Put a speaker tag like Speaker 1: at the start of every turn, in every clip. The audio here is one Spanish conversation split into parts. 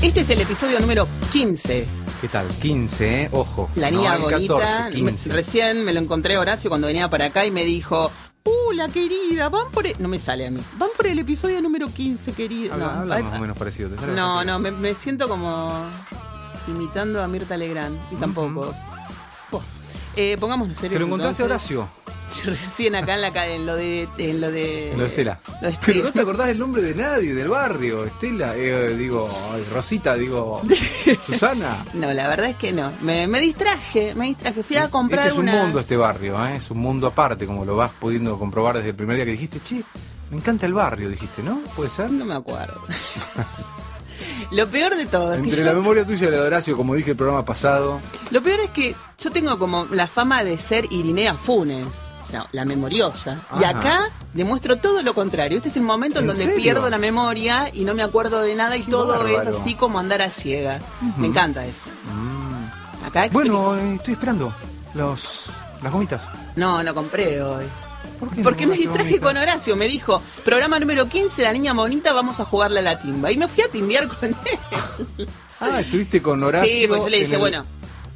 Speaker 1: Este es el episodio número 15.
Speaker 2: ¿Qué tal? 15, ¿eh? Ojo.
Speaker 1: La niña
Speaker 2: no, el
Speaker 1: bonita.
Speaker 2: 14, 15.
Speaker 1: Me- recién me lo encontré a Horacio cuando venía para acá y me dijo, ¡Uh, la querida! Van por el... No me sale a mí. Van por el episodio número 15, querida.
Speaker 2: Habla,
Speaker 1: No,
Speaker 2: habla
Speaker 1: ay,
Speaker 2: más o menos parecido. ¿te sale
Speaker 1: no,
Speaker 2: bastante
Speaker 1: no, me, me siento como imitando a Mirta Legrand. Y tampoco. Buah. Eh, pongámonos
Speaker 2: bien. ¿Te
Speaker 1: serios.
Speaker 2: lo encontraste,
Speaker 1: entonces.
Speaker 2: Horacio?
Speaker 1: Recién acá en, la, ca- en lo de... En lo de...
Speaker 2: En lo de Estela.
Speaker 1: Lo de Estela.
Speaker 2: Pero no te acordás el nombre de nadie del barrio. Estela, eh, digo, ay, Rosita, digo, Susana.
Speaker 1: No, la verdad es que no. Me, me distraje, me distraje. Fui a comprar
Speaker 2: este es un
Speaker 1: unas-
Speaker 2: mundo este barrio, ¿eh? es un mundo aparte, como lo vas pudiendo comprobar desde el primer día que dijiste, che, me encanta el barrio, dijiste, ¿no? ¿Puede ser?
Speaker 1: No me acuerdo. lo peor de todo es que
Speaker 2: Entre
Speaker 1: yo-
Speaker 2: la memoria tuya y la de Horacio, como dije el programa pasado,
Speaker 1: lo peor es que yo tengo como la fama de ser Irinea Funes, o sea, la memoriosa. Y
Speaker 2: Ajá.
Speaker 1: acá demuestro todo lo contrario. Este es el momento en
Speaker 2: ¿En
Speaker 1: donde
Speaker 2: serio?
Speaker 1: pierdo la memoria y no me acuerdo de nada y todo es
Speaker 2: bárbaro.
Speaker 1: así como andar a ciegas. Me encanta eso. Acá
Speaker 2: Bueno, eh, estoy esperando los, las gomitas.
Speaker 1: no, no compré hoy.
Speaker 2: ¿Por qué no
Speaker 1: Porque
Speaker 2: compraste
Speaker 1: me distraje
Speaker 2: gomitas?
Speaker 1: con Horacio, me dijo, programa número 15, la niña bonita, vamos a jugarle a la timba. Y me fui a timbiar con él.
Speaker 2: Ah, estuviste con Horacio.
Speaker 1: sí, pues yo le
Speaker 2: en
Speaker 1: dije,
Speaker 2: el-
Speaker 1: bueno.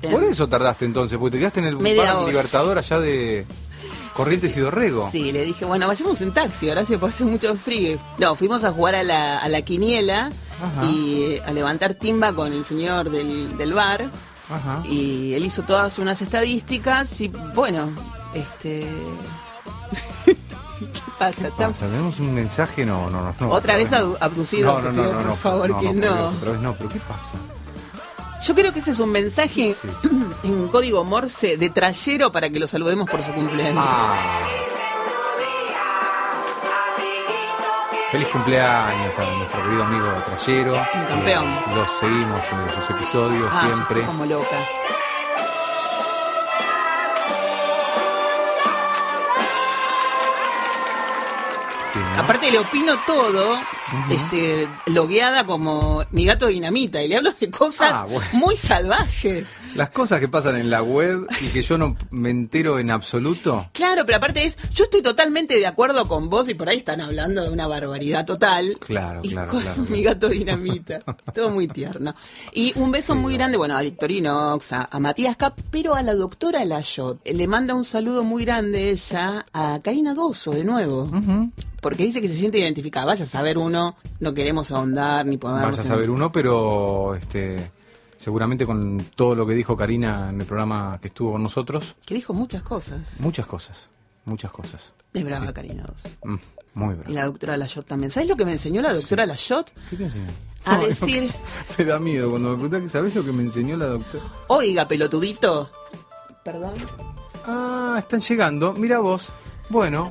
Speaker 1: eh,
Speaker 2: Por eso tardaste entonces, porque te quedaste en el
Speaker 1: Media
Speaker 2: bar
Speaker 1: hora.
Speaker 2: Libertador allá de Corrientes y Dorrego.
Speaker 1: Sí, le dije, bueno, vayamos en taxi, Horacio, porque hace mucho frío. No, fuimos a jugar a la, a la quiniela
Speaker 2: Ajá.
Speaker 1: y eh, a levantar timba con el señor del, del bar.
Speaker 2: Ajá.
Speaker 1: Y él hizo todas unas estadísticas y, bueno, este... ¿Qué pasa?
Speaker 2: Ah, ¿Tenemos un mensaje? No, no, no. no,
Speaker 1: Otra vez
Speaker 2: no.
Speaker 1: abdu- abducido,
Speaker 2: no, no,
Speaker 1: te
Speaker 2: no,
Speaker 1: pido,
Speaker 2: no,
Speaker 1: por
Speaker 2: no,
Speaker 1: favor, que
Speaker 2: por Dios,
Speaker 1: no.
Speaker 2: Otra vez no, pero ¿qué pasa?
Speaker 1: Yo creo que ese es un mensaje
Speaker 2: Sí.
Speaker 1: en código morse de trayero para que lo saludemos por su cumpleaños.
Speaker 2: Ah. Feliz cumpleaños a nuestro querido amigo Trayero.
Speaker 1: campeón.
Speaker 2: Eh, los seguimos en sus episodios
Speaker 1: Ah, yo
Speaker 2: siempre.
Speaker 1: estoy como loca.
Speaker 2: Sí, ¿no?
Speaker 1: Aparte le opino todo, este, logueada como mi gato dinamita, y le hablo de cosas
Speaker 2: Ah, bueno.
Speaker 1: muy salvajes.
Speaker 2: Las cosas que pasan en la web y que yo no me entero en absoluto.
Speaker 1: Claro, pero aparte es, yo estoy totalmente de acuerdo con vos y por ahí están hablando de una barbaridad total.
Speaker 2: Claro,
Speaker 1: Y
Speaker 2: claro,
Speaker 1: con
Speaker 2: claro, claro.
Speaker 1: Mi gato dinamita. Todo muy tierno. Y un beso muy grande, bueno, a Victorinox, a, a Matías Cap, pero a la doctora Layot. Eh, Le manda un saludo muy grande ella a Karina Doso, de nuevo. Porque dice que se siente identificada. Vaya a saber uno, no queremos ahondar ni ponernos.
Speaker 2: Vaya a
Speaker 1: en-
Speaker 2: saber uno, pero este seguramente con todo lo que dijo Karina en el programa que estuvo con nosotros,
Speaker 1: Que dijo muchas cosas.
Speaker 2: muchas cosas, muchas cosas.
Speaker 1: Es brava Karina Doso.
Speaker 2: Mm, muy bravo.
Speaker 1: Y la doctora Layot también. ¿Sabes lo que me enseñó la doctora Layot?
Speaker 2: ¿Qué te enseñó?
Speaker 1: A
Speaker 2: No, no,
Speaker 1: decir...
Speaker 2: Me da miedo cuando me preguntan que sabes lo que me enseñó la doctora.
Speaker 1: Oiga, pelotudito. Perdón.
Speaker 2: Ah, están llegando. Mira vos. Bueno,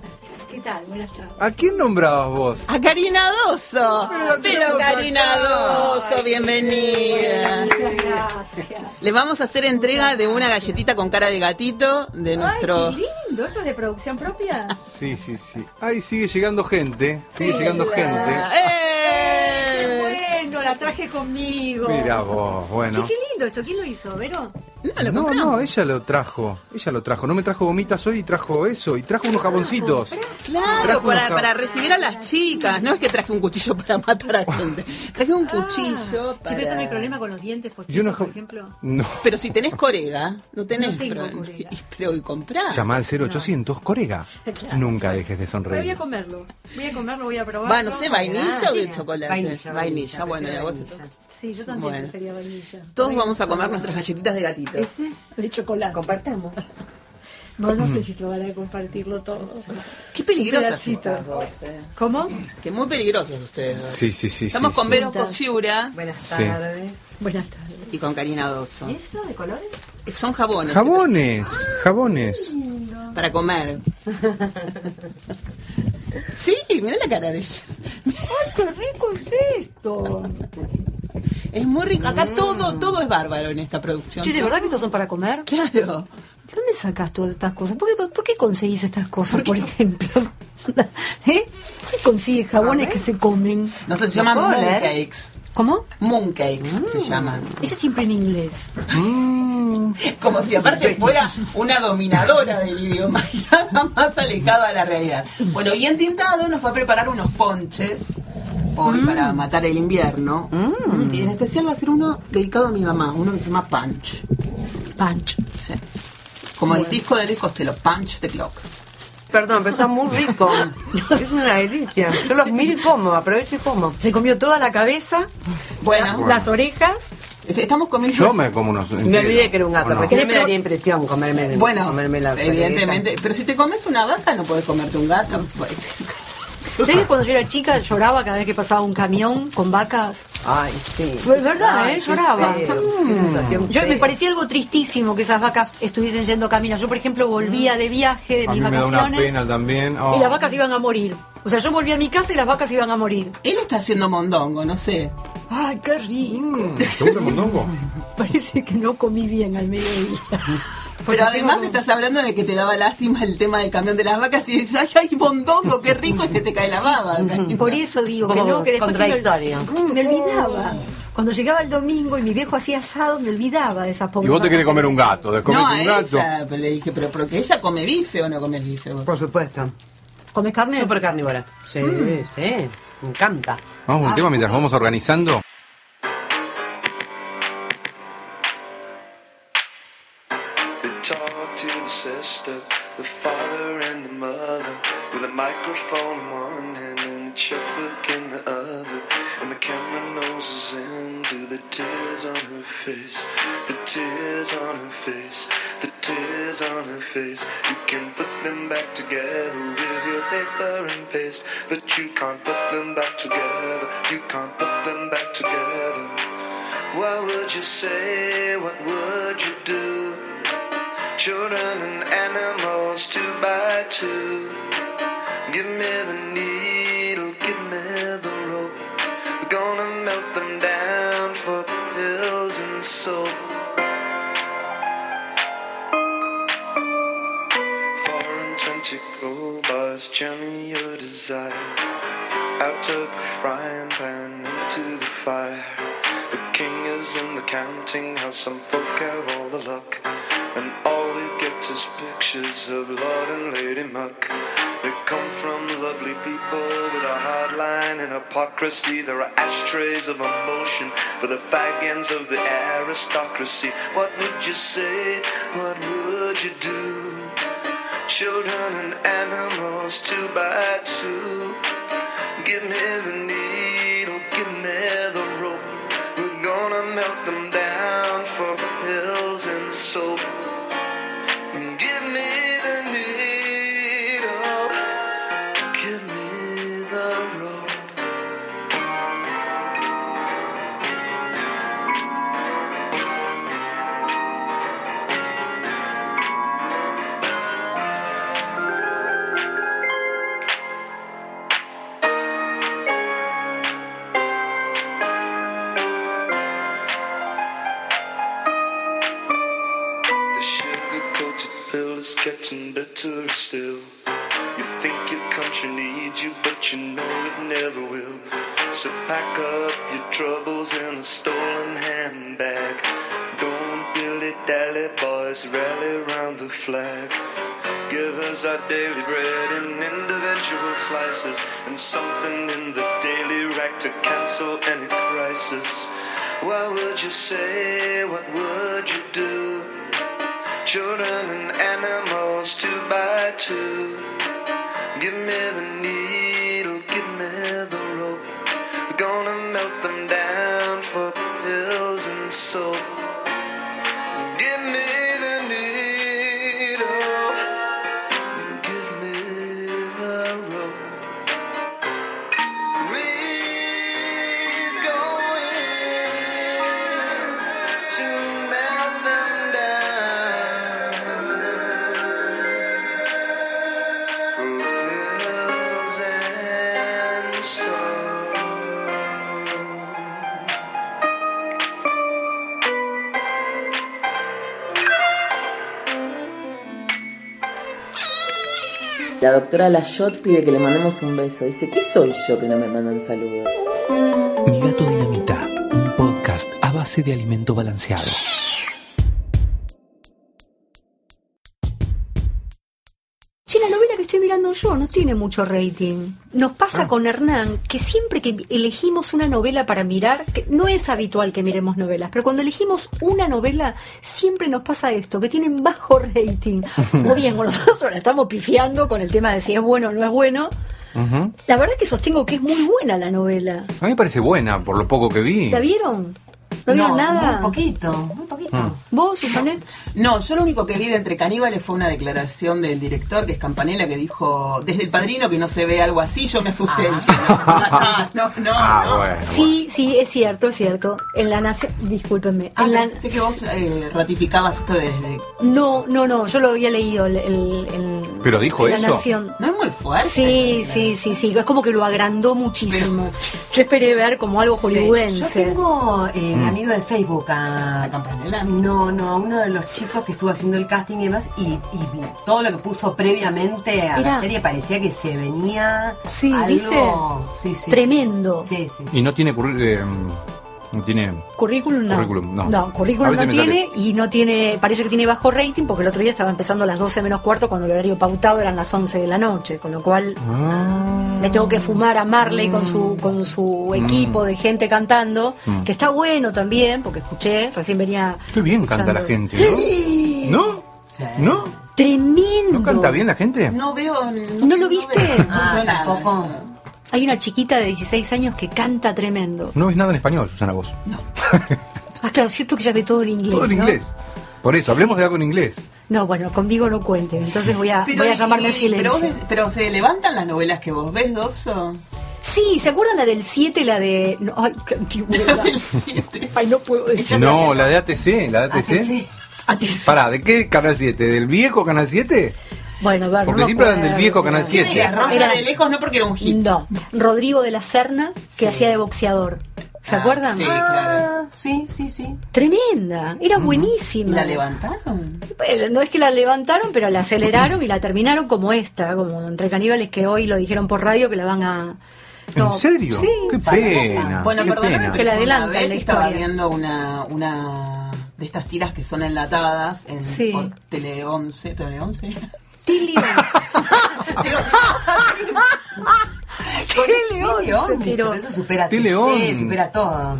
Speaker 3: ¿Qué tal? Buenas tardes.
Speaker 2: ¿a quién nombrabas vos?
Speaker 1: A Karina Doso.
Speaker 2: Pero la
Speaker 1: Pero
Speaker 2: tenemos
Speaker 1: Karina
Speaker 2: acá.
Speaker 1: Doso, bienvenida.
Speaker 3: Muchas gracias.
Speaker 1: Le vamos a hacer entrega de una galletita con cara de gatito de nuestro.
Speaker 3: Ay, qué lindo. ¿Esto es de producción propia?
Speaker 2: Sí, sí, sí. Ay, sigue llegando gente, sigue llegando gente.
Speaker 3: Qué
Speaker 1: ¡Eh!
Speaker 3: bueno, la traje conmigo.
Speaker 2: Mira vos,
Speaker 3: Sí,
Speaker 2: bueno.
Speaker 3: qué lindo esto. ¿Quién lo hizo, Vero?
Speaker 1: No, Ah, lo
Speaker 2: No,
Speaker 1: compramos.
Speaker 2: no, ella lo trajo. Ella lo trajo. No me trajo gomitas hoy y trajo eso. Y trajo unos jaboncitos.
Speaker 1: Claro,
Speaker 2: Trajo unos
Speaker 1: para,
Speaker 2: jab-
Speaker 1: para recibir a las chicas. No es que traje un cuchillo para matar a gente. Traje un cuchillo
Speaker 3: Ah,
Speaker 1: para.
Speaker 3: Chico, esto no hay problema con los dientes
Speaker 2: Y
Speaker 3: postizos,
Speaker 2: unos
Speaker 3: por
Speaker 2: jab-
Speaker 3: ejemplo.
Speaker 2: No.
Speaker 1: Pero si tenés corega, no tenés
Speaker 3: No tengo
Speaker 1: problema.
Speaker 3: corega.
Speaker 1: Y- Pero hoy comprá.
Speaker 2: Llama al 0800, Corega.
Speaker 3: Claro.
Speaker 2: Nunca dejes de
Speaker 3: Pero voy a
Speaker 2: sonreír.
Speaker 3: comerlo. Voy a comerlo, voy a probar.
Speaker 1: Va, no sé,
Speaker 3: Vamos a ver.
Speaker 1: ¿vainilla o de
Speaker 3: Ah,
Speaker 1: chocolate?
Speaker 3: Vainilla.
Speaker 1: Vainilla, bueno,
Speaker 3: prefiero
Speaker 1: y a vos te
Speaker 3: vainilla.
Speaker 1: toca.
Speaker 3: Sí, yo también
Speaker 1: Bueno.
Speaker 3: prefería vainilla.
Speaker 1: Todos vamos a comer nuestras galletitas de gatito.
Speaker 3: Ese de chocolate. Compartamos. No, no
Speaker 2: Mm.
Speaker 3: sé si te van a compartirlo todo.
Speaker 1: Qué peligrosas
Speaker 3: pedacito.
Speaker 1: estas dos, eh.
Speaker 3: ¿Cómo?
Speaker 1: Que muy peligrosas ustedes. dos.
Speaker 2: Sí, sí, sí.
Speaker 1: Estamos
Speaker 2: sí,
Speaker 1: con
Speaker 2: sí.
Speaker 1: Vero Cosiura
Speaker 4: Buenas
Speaker 2: Sí.
Speaker 4: tardes.
Speaker 3: Buenas tardes.
Speaker 1: y con Karina Dosso.
Speaker 4: ¿Y eso de colores?
Speaker 1: Son jabones.
Speaker 2: Jabones, jabones.
Speaker 1: Para comer. Sí, mirá la cara de ella.
Speaker 3: ¡Ay, qué rico es esto!
Speaker 1: Es muy rico. Acá todo, todo es bárbaro en esta producción.
Speaker 4: Mm. Che, ¿de verdad que estos son para comer?
Speaker 1: Claro.
Speaker 4: ¿De dónde sacas todas estas cosas? ¿Por qué, to- por qué conseguís estas cosas, por ejemplo? ¿Eh? ¿Qué consigues jabones que se comen?
Speaker 1: No sé, se llaman
Speaker 4: puedo leer.
Speaker 1: mooncakes.
Speaker 4: ¿Cómo? Mm.
Speaker 1: Mooncakes se llaman. Mm.
Speaker 4: Ella siempre en inglés.
Speaker 1: Como si aparte fuera una dominadora del idioma y nada más alejado a la realidad. Bueno, y en Tintado nos va a preparar unos ponches hoy para
Speaker 4: Mm.
Speaker 1: matar el invierno. Y en especial va a ser uno dedicado a mi mamá, uno que se llama Punch.
Speaker 4: Punch.
Speaker 1: Sí. Como el disco de Luis Costello, Punch the Clock.
Speaker 5: Perdón, pero está muy rico. Es una delicia. Yo los miro y como, aprovecho y como.
Speaker 4: Se comió toda la cabeza,
Speaker 1: Bueno,
Speaker 4: las orejas.
Speaker 1: es- estamos comiendo.
Speaker 2: Yo me como unos.
Speaker 5: Me olvidé que era un gato,
Speaker 2: ¿O no?
Speaker 5: porque si no me daría impresión comerme,
Speaker 1: Bueno,
Speaker 5: comerme la
Speaker 1: evidentemente. Pero si te comes una vaca, no puedes comerte un gato.
Speaker 4: ¿Sabes que cuando yo era chica lloraba cada vez que pasaba un camión con vacas?
Speaker 5: oreja. Ay, sí.
Speaker 4: Pues es verdad, ¿eh?
Speaker 5: qué
Speaker 4: Lloraba.
Speaker 5: feo, qué
Speaker 1: Ah.
Speaker 5: sensación
Speaker 4: Yo me
Speaker 5: fea.
Speaker 4: parecía algo tristísimo que esas vacas estuviesen yendo camino. Yo, por ejemplo,
Speaker 1: Mm.
Speaker 4: volvía de viaje de
Speaker 2: A mí
Speaker 4: mis
Speaker 2: me da una
Speaker 4: vacaciones
Speaker 2: pena también. Oh.
Speaker 4: y las vacas iban a morir. O sea, yo volví a mi casa y las vacas iban a morir.
Speaker 1: Él está haciendo mondongo, no sé.
Speaker 4: Ay, qué rico.
Speaker 2: Mm, ¿Te gusta el mondongo?
Speaker 4: Parece que no comí bien al mediodía.
Speaker 1: Pero además estás hablando de que te daba lástima el tema del camión de las vacas y dices, ay, ay, mondongo, qué rico, y se te cae la baba.
Speaker 4: Por eso digo que
Speaker 5: Como
Speaker 4: no, que después que Mm,
Speaker 5: contradictorio.
Speaker 4: me, me olvidaba. Cuando llegaba el domingo y mi viejo hacía asado, me olvidaba de esas pobres
Speaker 2: Y vos te querés
Speaker 4: vacas.
Speaker 2: comer un gato, de
Speaker 1: No, a
Speaker 2: un gato.
Speaker 1: ella, Ah, pero le dije, pero porque ella come bife o no come bife vos.
Speaker 5: Por supuesto.
Speaker 4: ¿Comes carne?
Speaker 5: Súper carnívora. Sí,
Speaker 1: Mm.
Speaker 5: sí. Me encanta.
Speaker 2: Vamos con un tema mientras vamos organizando.
Speaker 6: They talk to the sister, the father, and the mother. With a microphone in one hand and a checkbook in the other. And the camera noses into the tears on her face. The tears on her face. The tears on her face. You can put them back together with your paper and paste. But you can't put them back together. You can't put them back together. What would you say? What would you do? Children and animals, two by two. Give me the needle, give me the rope. We're gonna melt them down for pills and soap. Four and twenty glow bars, journey your desire out of the frying pan into the fire. The king is in the counting house, some folk have all the luck. And all we get is pictures of Lord and Lady Muck. They come from lovely people with a hard line and hypocrisy. There are ashtrays of emotion for the fag ends of the aristocracy. What would you say? What would you do? Children and animals, two by two. Give me the needle, give me the rope. We're gonna melt them down for pills and soap. Give me the needle, give me the rope. The sugar-coated pill is getting bitter still. You think your country needs you, but you know it never will. So pack up your troubles in a stolen handbag. Don't dilly-dally, boys, rally round the flag. Give us our daily bread in individual slices and something in the daily rack to cancel any crisis. What would you say? What would you do? Children and animals, two by two. Give me the needle, give me the rope. We're gonna melt them down for pills and soap. Give me the needle, give me the rope. We're going to melt them down for pills and soap.
Speaker 7: La doctora Lachot pide que le mandemos un beso. Dice, ¿qué soy yo que no me mandan saludos?
Speaker 8: Mi gato dinamita, un podcast a base de alimento balanceado.
Speaker 4: Che, la novela que estoy mirando yo, no tiene mucho rating. Nos pasa
Speaker 1: Ah.
Speaker 4: con Hernán que siempre que elegimos una novela para mirar, que no es habitual que miremos novelas, pero cuando elegimos una novela siempre nos pasa esto, que tienen bajo rating. O bien, con nosotros la estamos pifiando con el tema de si es bueno o no es bueno.
Speaker 2: Ujú.
Speaker 4: La verdad que sostengo que es muy buena la novela.
Speaker 2: A mí me parece buena, por lo poco que vi.
Speaker 4: ¿La vieron? ¿No vieron nada?
Speaker 5: Muy poquito, muy poquito.
Speaker 4: Ah,
Speaker 2: Mm.
Speaker 4: ¿Vos, Susanet?
Speaker 1: No, yo lo único que vi de Entre Caníbales fue una declaración del director, que es Campanella, que dijo, desde el padrino que no se ve algo así, yo me asusté.
Speaker 4: Ah.
Speaker 1: Dije, no, no, no,
Speaker 2: Ah,
Speaker 1: no.
Speaker 2: bueno.
Speaker 4: Sí, sí, es cierto, es cierto. En la nación, discúlpenme.
Speaker 1: Ah,
Speaker 4: en la-
Speaker 1: pensé que vos eh, ratificabas esto desde...
Speaker 4: No, no, no, yo lo había leído. El, el- el-
Speaker 2: ¿Pero dijo
Speaker 4: en La
Speaker 2: eso?
Speaker 4: Nación.
Speaker 1: No es muy fuerte.
Speaker 4: Sí, sí, sí, sí, es como que lo agrandó muchísimo. Yo esperé ver como algo
Speaker 5: Yo
Speaker 4: hollywoodense.
Speaker 5: tengo eh,
Speaker 2: Mm.
Speaker 5: de amigo de Facebook a,
Speaker 1: ¿A Campanella?
Speaker 5: No, no, a uno de los chicos que estuvo haciendo el casting y demás, y, y todo lo que puso previamente a
Speaker 4: Mirá.
Speaker 5: la serie parecía que se venía
Speaker 4: Sí,
Speaker 5: algo...
Speaker 4: ¿viste?
Speaker 5: Sí, sí.
Speaker 4: Tremendo.
Speaker 5: Sí, sí, sí.
Speaker 2: Y no tiene curri- eh, no tiene.
Speaker 4: Currículum no.
Speaker 2: Currículum, no. A
Speaker 4: currículum
Speaker 2: veces
Speaker 4: no
Speaker 2: me
Speaker 4: tiene y no tiene, parece que tiene bajo rating porque el otro día estaba empezando a las 12 menos cuarto cuando el horario pautado eran las 11 de la noche, con lo cual
Speaker 2: Ah.
Speaker 4: le tengo que fumar a Marley con su con su
Speaker 2: Mm.
Speaker 4: equipo de gente cantando, que está bueno también porque escuché, recién venía
Speaker 2: Qué bien canta la
Speaker 4: escuchando.
Speaker 2: gente, ¿no? ¿No?
Speaker 5: Sí.
Speaker 2: ¿No?
Speaker 4: Tremendo.
Speaker 2: ¿No canta bien la gente?
Speaker 1: No veo...
Speaker 4: ¿No lo viste?
Speaker 1: veo-
Speaker 5: Ah,
Speaker 1: no, nada.
Speaker 5: tampoco.
Speaker 4: Hay una chiquita de 16 años que canta tremendo.
Speaker 2: No ves nada en español, Susana, vos.
Speaker 4: Ah, claro, es cierto que ya ve todo en inglés.
Speaker 2: Todo en
Speaker 4: ¿no?
Speaker 2: inglés. Por eso, hablemos de algo en inglés.
Speaker 4: No, bueno, conmigo no cuenten, entonces voy a,
Speaker 1: Pero-
Speaker 4: voy a llamarme
Speaker 1: y-
Speaker 4: a silencio.
Speaker 1: Pero, vos des- pero se levantan las novelas que vos ves, Doso.
Speaker 4: Sí, ¿se acuerdan la del 7, la de... no, ay, qué antigüedad. ay, no puedo decir.
Speaker 2: No, la de ATC, la de ATC.
Speaker 4: A ti sí.
Speaker 2: Pará, ¿de qué canal 7? ¿Del viejo canal 7?
Speaker 4: Bueno, a ver,
Speaker 2: Porque
Speaker 4: no me
Speaker 2: siempre hablan
Speaker 4: acuerdo,
Speaker 2: del viejo
Speaker 4: no me
Speaker 2: Canal
Speaker 4: acuerdo.
Speaker 1: Tiene
Speaker 2: Siete.
Speaker 1: la roya
Speaker 4: Era-
Speaker 1: de lejos, no porque era un hit.
Speaker 4: No, Rodrigo de la Serna, que hacía de boxeador. ¿Se
Speaker 1: Ah,
Speaker 4: acuerdan?
Speaker 1: Sí, claro.
Speaker 5: Ah, sí, sí, sí.
Speaker 4: Tremenda, era
Speaker 1: ¿Y
Speaker 4: buenísima.
Speaker 1: la levantaron?
Speaker 4: Bueno, no es que la levantaron, pero la aceleraron y la terminaron como esta, como entre caníbales que hoy lo dijeron por radio que la van a. No,
Speaker 2: ¿En serio?
Speaker 4: Sí.
Speaker 2: Qué pena.
Speaker 1: Bueno,
Speaker 2: qué
Speaker 1: perdóname,
Speaker 2: pena.
Speaker 1: pero
Speaker 4: Que la
Speaker 1: yo
Speaker 4: adelanta
Speaker 1: una vez
Speaker 4: la
Speaker 1: estaba
Speaker 4: historia.
Speaker 1: viendo una, una de estas tiras que son enlatadas en
Speaker 4: Sí.
Speaker 1: por Tele 11, Tele 11.
Speaker 4: Tilly
Speaker 5: Tele once, pero eso supera
Speaker 2: Tele
Speaker 5: sí,
Speaker 2: once.
Speaker 5: supera todo.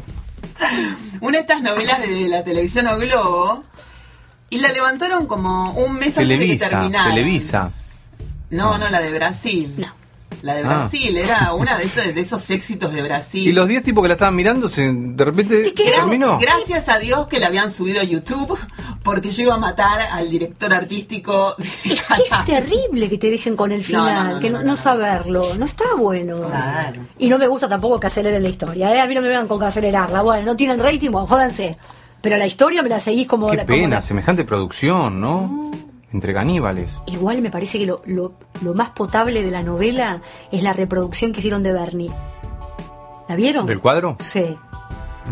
Speaker 1: una de estas novelas de la televisión o Globo y la levantaron como un mes antes de que
Speaker 2: Televisa,
Speaker 1: terminara.
Speaker 2: Televisa.
Speaker 1: No, no, la de Brasil.
Speaker 4: No.
Speaker 1: La de
Speaker 2: Ah.
Speaker 1: Brasil era una de esos, de esos éxitos de Brasil.
Speaker 2: Y los 10 tipos que la estaban mirando, se, de repente
Speaker 4: ¿Te quedas?
Speaker 2: terminó.
Speaker 1: Gracias a Dios que la habían subido a YouTube porque yo iba a matar al director artístico. de
Speaker 4: es terrible que te dejen con el final,
Speaker 1: no, no,
Speaker 4: que
Speaker 1: no,
Speaker 4: no,
Speaker 1: no,
Speaker 4: no
Speaker 1: no.
Speaker 4: saberlo, no está bueno.
Speaker 5: Claro.
Speaker 4: Y no me gusta tampoco que aceleren la historia, ¿eh? a mí no me vengan con que acelerarla. Bueno, no tienen rating, bueno, jódanse. Pero la historia me la seguís como
Speaker 2: Qué
Speaker 4: la. como
Speaker 2: pena,
Speaker 4: la-
Speaker 2: semejante producción, ¿no?
Speaker 4: Ah.
Speaker 2: Entre caníbales.
Speaker 4: Igual me parece que lo, lo- lo más potable de la novela es la reproducción que hicieron de Bernie. ¿La vieron?
Speaker 2: ¿Del cuadro?
Speaker 4: Sí.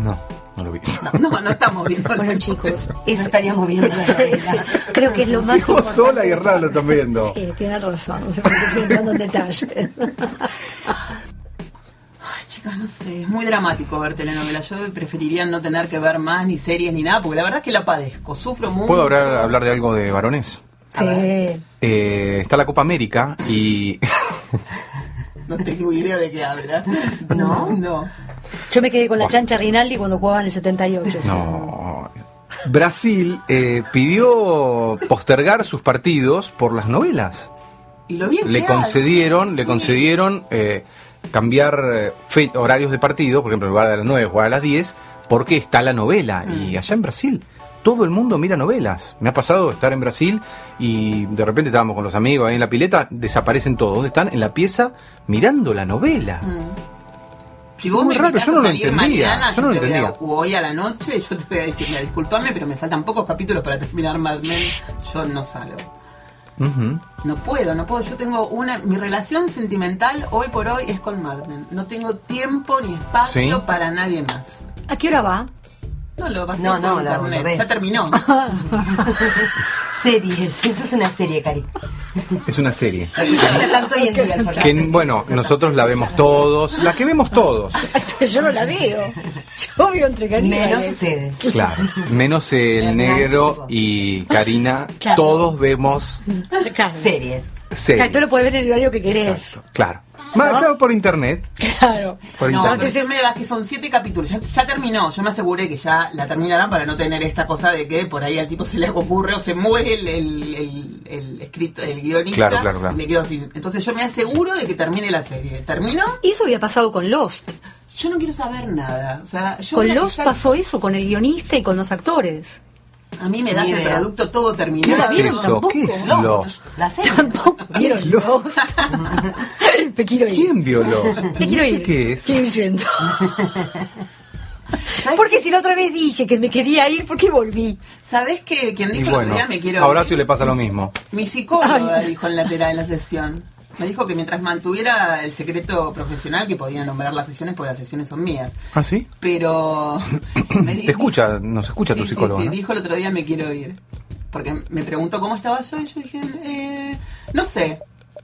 Speaker 2: No, no lo vi.
Speaker 1: No, no estamos viendo.
Speaker 4: Bueno, chicos,
Speaker 5: No
Speaker 4: es,
Speaker 5: estaríamos viendo la
Speaker 4: es-
Speaker 5: realidad.
Speaker 4: creo que es lo más
Speaker 2: Vos
Speaker 4: importante.
Speaker 2: sola y Hernán lo están viendo.
Speaker 4: Sí, tiene razón, no sé por qué estoy entrando en detalle.
Speaker 1: Ay, chicas, no sé, es muy dramático ver telenovelas. Yo preferiría no tener que ver más ni series ni nada, porque la verdad es que la padezco, sufro mucho.
Speaker 2: ¿Puedo hablar, hablar de algo de varones?
Speaker 4: Sí.
Speaker 2: Eh, está la Copa América y
Speaker 1: No tengo idea de qué habla. ¿No? No.
Speaker 4: Yo me quedé con la chancha Rinaldi cuando jugaba en el 78. sí.
Speaker 2: No. Brasil eh, pidió postergar sus partidos por las novelas.
Speaker 1: Y lo bien
Speaker 2: Le
Speaker 1: que hace.
Speaker 2: concedieron, le concedieron eh, cambiar eh, fe- horarios de partido, por ejemplo, en lugar de a las 9 jugar a las 10, porque está la novela.
Speaker 1: Mm.
Speaker 2: Y allá en Brasil todo el mundo mira novelas. Me ha pasado estar en Brasil y de repente estábamos con los amigos ahí en la pileta, desaparecen todos. ¿Dónde están? En la pieza mirando la novela.
Speaker 1: Mm. Si vos
Speaker 2: Muy
Speaker 1: me
Speaker 2: raro,
Speaker 1: invitás
Speaker 2: yo no
Speaker 1: a
Speaker 2: lo
Speaker 1: salir
Speaker 2: entendía,
Speaker 1: mañana,
Speaker 2: yo no lo
Speaker 1: te voy a-
Speaker 2: entendía.
Speaker 1: o hoy a la noche, yo te voy a decir, mira, disculpame, pero me faltan pocos capítulos para terminar Mad Men. Yo no salgo.
Speaker 2: Ujú.
Speaker 1: No puedo, no puedo. Yo tengo una. Mi relación sentimental hoy por hoy es con Mad Men. No tengo tiempo ni espacio
Speaker 2: Sí.
Speaker 1: para nadie más.
Speaker 4: ¿A qué hora va?
Speaker 1: No lo bajé
Speaker 5: No,
Speaker 1: por
Speaker 5: no, lo-
Speaker 1: internet.
Speaker 5: lo ves.
Speaker 1: ya terminó.
Speaker 5: Series, eso es una serie, Cari.
Speaker 2: Es una serie.
Speaker 5: Hace tanto hoy en día, Fernando.
Speaker 2: Que, bueno, nosotros la vemos todos, la que vemos todos.
Speaker 4: Yo no la veo. Yo veo entre caníbales.
Speaker 5: Menos ustedes.
Speaker 2: Claro, menos el
Speaker 5: Hernán
Speaker 2: negro
Speaker 5: Hugo.
Speaker 2: y Karina,
Speaker 4: Claro.
Speaker 2: todos vemos
Speaker 4: Claro.
Speaker 5: Series.
Speaker 2: series.
Speaker 3: Claro, tú lo puedes ver en el horario que querés.
Speaker 2: Exacto, Claro. Más claro, por internet.
Speaker 3: Claro.
Speaker 2: Por
Speaker 1: No,
Speaker 2: internet.
Speaker 1: que se me das que son siete capítulos. Ya, ya terminó. Yo me aseguré que ya la terminarán para no tener esta cosa de que por ahí al tipo se le ocurre o se muere el, el, el, el escrito, el guionista.
Speaker 2: Claro, claro, claro.
Speaker 1: Y me quedo así. Entonces yo me aseguro de que termine la serie. ¿Terminó?
Speaker 4: Eso había pasado con Lost.
Speaker 1: Yo no quiero saber nada. O sea, yo
Speaker 4: Con
Speaker 1: la-
Speaker 4: Lost pasó eso, con el guionista y con los actores.
Speaker 1: A mí me das
Speaker 5: Ni
Speaker 1: el
Speaker 5: idea.
Speaker 1: producto todo
Speaker 4: No
Speaker 1: terminado.
Speaker 4: la
Speaker 2: es
Speaker 4: vieron
Speaker 2: eso?
Speaker 4: tampoco.
Speaker 2: ¿Qué es
Speaker 4: Lost.
Speaker 2: Lost?
Speaker 4: La serie. Tampoco vieron.
Speaker 2: Lost.
Speaker 4: Me quiero ir.
Speaker 2: ¿Quién vio Lost?
Speaker 4: Me quiero
Speaker 2: No sé
Speaker 4: ir.
Speaker 2: ¿Qué es?
Speaker 4: Quiero ir yendo. Porque si la otra vez dije que me quería ir, ¿por qué volví?
Speaker 1: ¿Sabés que quien
Speaker 2: Y
Speaker 1: dijo el
Speaker 2: bueno,
Speaker 1: otro día me quiero
Speaker 2: a Horacio le pasa lo mismo.
Speaker 1: Mi psicóloga dijo en la tela de la sesión. Me dijo que mientras mantuviera el secreto profesional que podía nombrar las sesiones porque las sesiones son mías.
Speaker 2: ¿Ah, sí?
Speaker 1: Pero me di-
Speaker 2: Te escucha, nos escucha
Speaker 1: Sí,
Speaker 2: tu
Speaker 1: sí,
Speaker 2: psicólogo.
Speaker 1: Sí,
Speaker 2: ¿no?
Speaker 1: dijo el otro día me quiero ir. Porque me preguntó cómo estaba yo y yo dije, eh, no sé.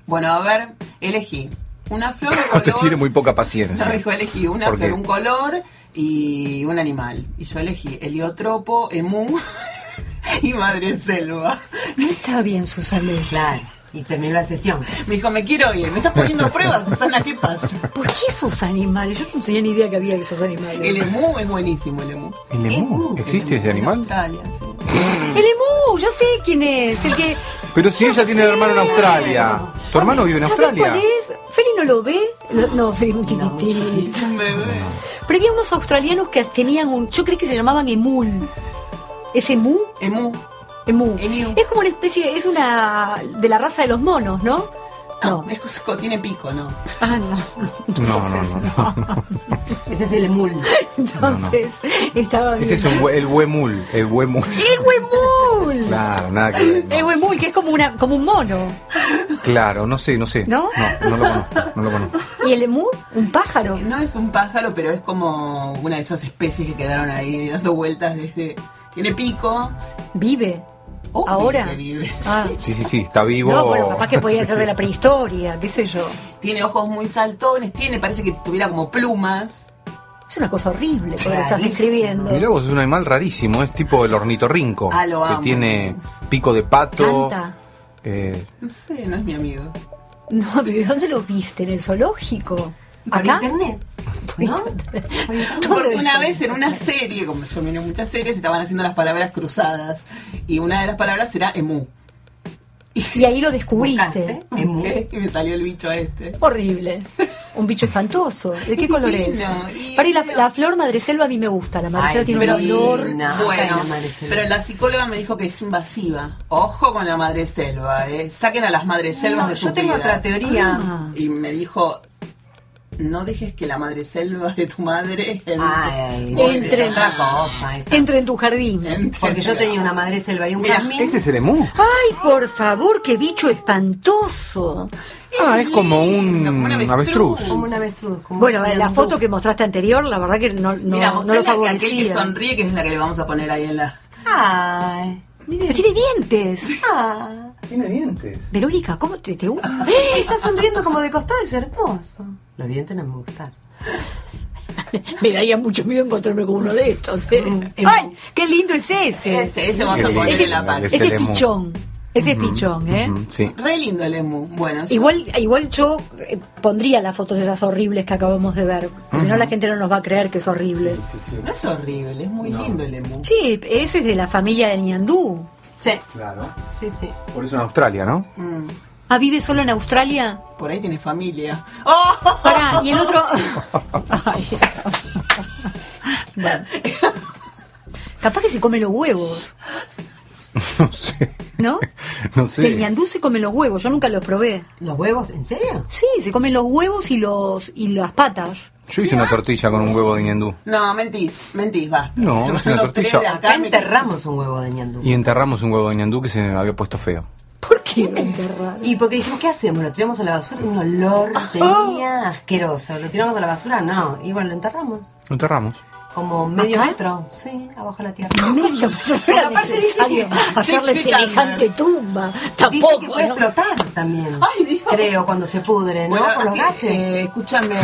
Speaker 1: Bueno, a ver, elegí una flor. un
Speaker 2: Usted
Speaker 1: color.
Speaker 2: tiene muy poca paciencia.
Speaker 1: No, me dijo, elegí una
Speaker 2: ¿Por qué?
Speaker 1: flor, un color y un animal. Y yo elegí heliotropo, emú y madre selva.
Speaker 4: No está bien, Susana.
Speaker 5: Claro. Y terminó la sesión.
Speaker 1: Me dijo, me quiero ir. ¿Me estás poniendo a prueba, Susana? ¿Qué pasa?
Speaker 4: ¿Por qué esos animales? Yo no tenía ni idea que había esos animales.
Speaker 1: El emú es buenísimo, el emú.
Speaker 2: ¿El emú? ¿Existe ese
Speaker 1: En
Speaker 2: animal?
Speaker 1: Australia, sí.
Speaker 4: El emú, ya sé quién es, el que...
Speaker 2: Pero si
Speaker 4: Ya
Speaker 2: ella tiene
Speaker 4: sé.
Speaker 2: hermano en Australia. Tu hermano vive en
Speaker 4: ¿Sabes
Speaker 2: Australia.
Speaker 4: cuál es? Feli no lo ve. No, no, Feli es muy chiquitito.
Speaker 1: Es un bebé.
Speaker 4: Pero había unos australianos que tenían un... Yo creí que se llamaban emul. ¿Es emú?
Speaker 1: Emú.
Speaker 4: Emú.
Speaker 1: Emú.
Speaker 4: Es como una especie... Es una... De la raza de los monos, ¿no?
Speaker 1: No, es cosico, tiene pico, ¿no?
Speaker 4: Ah, no.
Speaker 2: No, no, no. no.
Speaker 5: Ese es el emul.
Speaker 4: Entonces, estaba bien.
Speaker 2: Ese es un hue- el huemul. El huemul.
Speaker 4: ¡El huemul!
Speaker 2: Claro, nada que ver. no.
Speaker 4: El huemul, que es como, una, como un mono.
Speaker 2: Claro, no sé, no sé.
Speaker 4: ¿No?
Speaker 2: No, no lo conozco. No lo conozco.
Speaker 4: ¿Y el emú? Un pájaro.
Speaker 1: No es un pájaro, pero es como una de esas especies que quedaron ahí dando vueltas desde... Tiene pico.
Speaker 4: Vive.
Speaker 1: Obvio
Speaker 4: Ahora.
Speaker 1: que vive.
Speaker 4: Ah.
Speaker 2: Sí, sí, sí, está vivo.
Speaker 4: No, bueno, capaz que podía ser de la prehistoria, qué sé yo.
Speaker 1: Tiene ojos muy saltones, tiene, parece que tuviera como plumas.
Speaker 4: Es una cosa horrible lo que estás
Speaker 5: Rarísimo.
Speaker 4: describiendo.
Speaker 2: Mirá vos, es un animal rarísimo, es tipo el ornitorrinco.
Speaker 1: Ah, lo amo.
Speaker 2: Que tiene pico de pato.
Speaker 4: Canta.
Speaker 2: eh,
Speaker 1: No sé, no es mi amigo.
Speaker 4: No, pero ¿de dónde lo viste? ¿En el zoológico? ¿Acá?
Speaker 5: Por internet. ¿No?
Speaker 4: Todo
Speaker 1: Porque
Speaker 4: el-
Speaker 1: una vez en una serie, como yo miré muchas series, estaban haciendo las palabras cruzadas. Y una de las palabras era emú.
Speaker 4: Y ahí lo descubriste.
Speaker 5: ¿Buscaste? Emú.
Speaker 1: Y me salió el bicho este.
Speaker 4: Horrible. Un bicho espantoso. ¿De qué color es?
Speaker 1: Divino, divino.
Speaker 4: Para la, la flor madreselva a mí me gusta. La madreselva
Speaker 5: Ay,
Speaker 4: tiene
Speaker 5: pero
Speaker 4: un olor.
Speaker 5: divina. No,
Speaker 1: bueno,
Speaker 5: la madre selva.
Speaker 1: pero la psicóloga me dijo que es invasiva. Ojo con la madre selva, ¿eh? Saquen a las madres selvas de sus
Speaker 5: yo tengo
Speaker 1: vidas.
Speaker 5: otra teoría.
Speaker 4: Ah.
Speaker 1: Y me dijo, no dejes que la madre selva de tu madre entre.
Speaker 5: Ay,
Speaker 4: Entre-
Speaker 5: es otra cosa. esta.
Speaker 4: Entra en tu jardín.
Speaker 1: entre-
Speaker 5: Porque yo tenía una madre selva y un
Speaker 1: Mira,
Speaker 5: jazmín.
Speaker 2: ese es el emú.
Speaker 4: ¡Ay, por favor, qué bicho espantoso!
Speaker 2: Ah, es como un,
Speaker 1: Como un avestruz.
Speaker 2: avestruz.
Speaker 5: Como un avestruz. como
Speaker 4: Bueno,
Speaker 5: un-
Speaker 4: la foto que mostraste anterior, la verdad que no, no,
Speaker 1: Mira,
Speaker 4: no
Speaker 1: mostrá
Speaker 4: lo
Speaker 1: la que aquel que
Speaker 4: favorecía.
Speaker 1: sonríe, que es la que le vamos a poner ahí en la...
Speaker 5: Ay.
Speaker 4: Pero tiene dientes.
Speaker 5: Ah,
Speaker 2: Tiene dientes.
Speaker 4: Verónica, ¿cómo te, te hu-
Speaker 5: está sonriendo como de costado, es hermoso. Los dientes no me gustan.
Speaker 4: Me daría mucho miedo encontrarme con uno de estos. ¿eh?
Speaker 1: Mm,
Speaker 4: ¡Ay! ¡Qué lindo es ese! Ese,
Speaker 1: Ese, ese vamos a
Speaker 2: Qué
Speaker 1: poner
Speaker 2: lindo,
Speaker 1: en la
Speaker 2: ese.
Speaker 1: página.
Speaker 4: es
Speaker 2: Lemu.
Speaker 4: pichón. Ese es pichón, ¿eh?
Speaker 2: Sí.
Speaker 1: Re lindo el emu. Bueno, yo-
Speaker 4: Igual, igual yo eh, pondría las fotos esas horribles que acabamos de ver. porque Si no, la gente no nos va a creer que es horrible.
Speaker 1: no es horrible, es muy lindo el emu.
Speaker 4: Sí, ese es de la familia del ñandú.
Speaker 1: Sí,
Speaker 2: Claro.
Speaker 1: sí, sí.
Speaker 2: Por eso en Australia, ¿no?
Speaker 1: Mm,
Speaker 4: Ah, vive solo en Australia.
Speaker 1: Por ahí tiene familia. ¡Oh!
Speaker 4: Pará, y el otro. Ay. Bueno. Capaz que se come los huevos,
Speaker 2: No sé.
Speaker 4: ¿no?
Speaker 2: No
Speaker 4: Que el
Speaker 2: sé.
Speaker 4: ñandú se come los huevos, yo nunca los probé.
Speaker 5: ¿Los huevos? ¿En serio?
Speaker 4: Sí, se comen los huevos y los y las patas.
Speaker 2: Yo hice una tortilla con un huevo de ñandú.
Speaker 1: No, mentís, mentís, basta.
Speaker 2: No,
Speaker 1: Si
Speaker 2: es una
Speaker 1: los tres
Speaker 2: tortilla.
Speaker 1: de
Speaker 5: Acá
Speaker 1: Acá me-
Speaker 5: enterramos un huevo de ñandú.
Speaker 2: Y enterramos un huevo de ñandú que se había puesto feo.
Speaker 4: ¿Por qué Ah. lo enterraron?
Speaker 5: Y porque dijimos, ¿qué hacemos? ¿Lo tiramos a la basura? Un olor tenía asqueroso. ¿Lo tiramos a la basura? No. Y bueno, lo enterramos.
Speaker 2: Lo enterramos.
Speaker 5: Como medio
Speaker 4: ¿Acá?
Speaker 5: metro. Sí, abajo de la tierra.
Speaker 4: Medio metro no era
Speaker 5: Aparte dice
Speaker 4: necesario
Speaker 5: que-
Speaker 4: hacerle
Speaker 1: sí, sí,
Speaker 4: semejante
Speaker 1: Carmen.
Speaker 4: tumba.
Speaker 5: Dice
Speaker 4: Tampoco.
Speaker 5: que puede
Speaker 4: ¿no?
Speaker 5: explotar también.
Speaker 1: Ah, Ay, Dios.
Speaker 5: Creo, cuando se pudre, ¿no?
Speaker 1: Bueno,
Speaker 5: Por los
Speaker 1: es que,
Speaker 5: gases.
Speaker 1: eh, escúchame,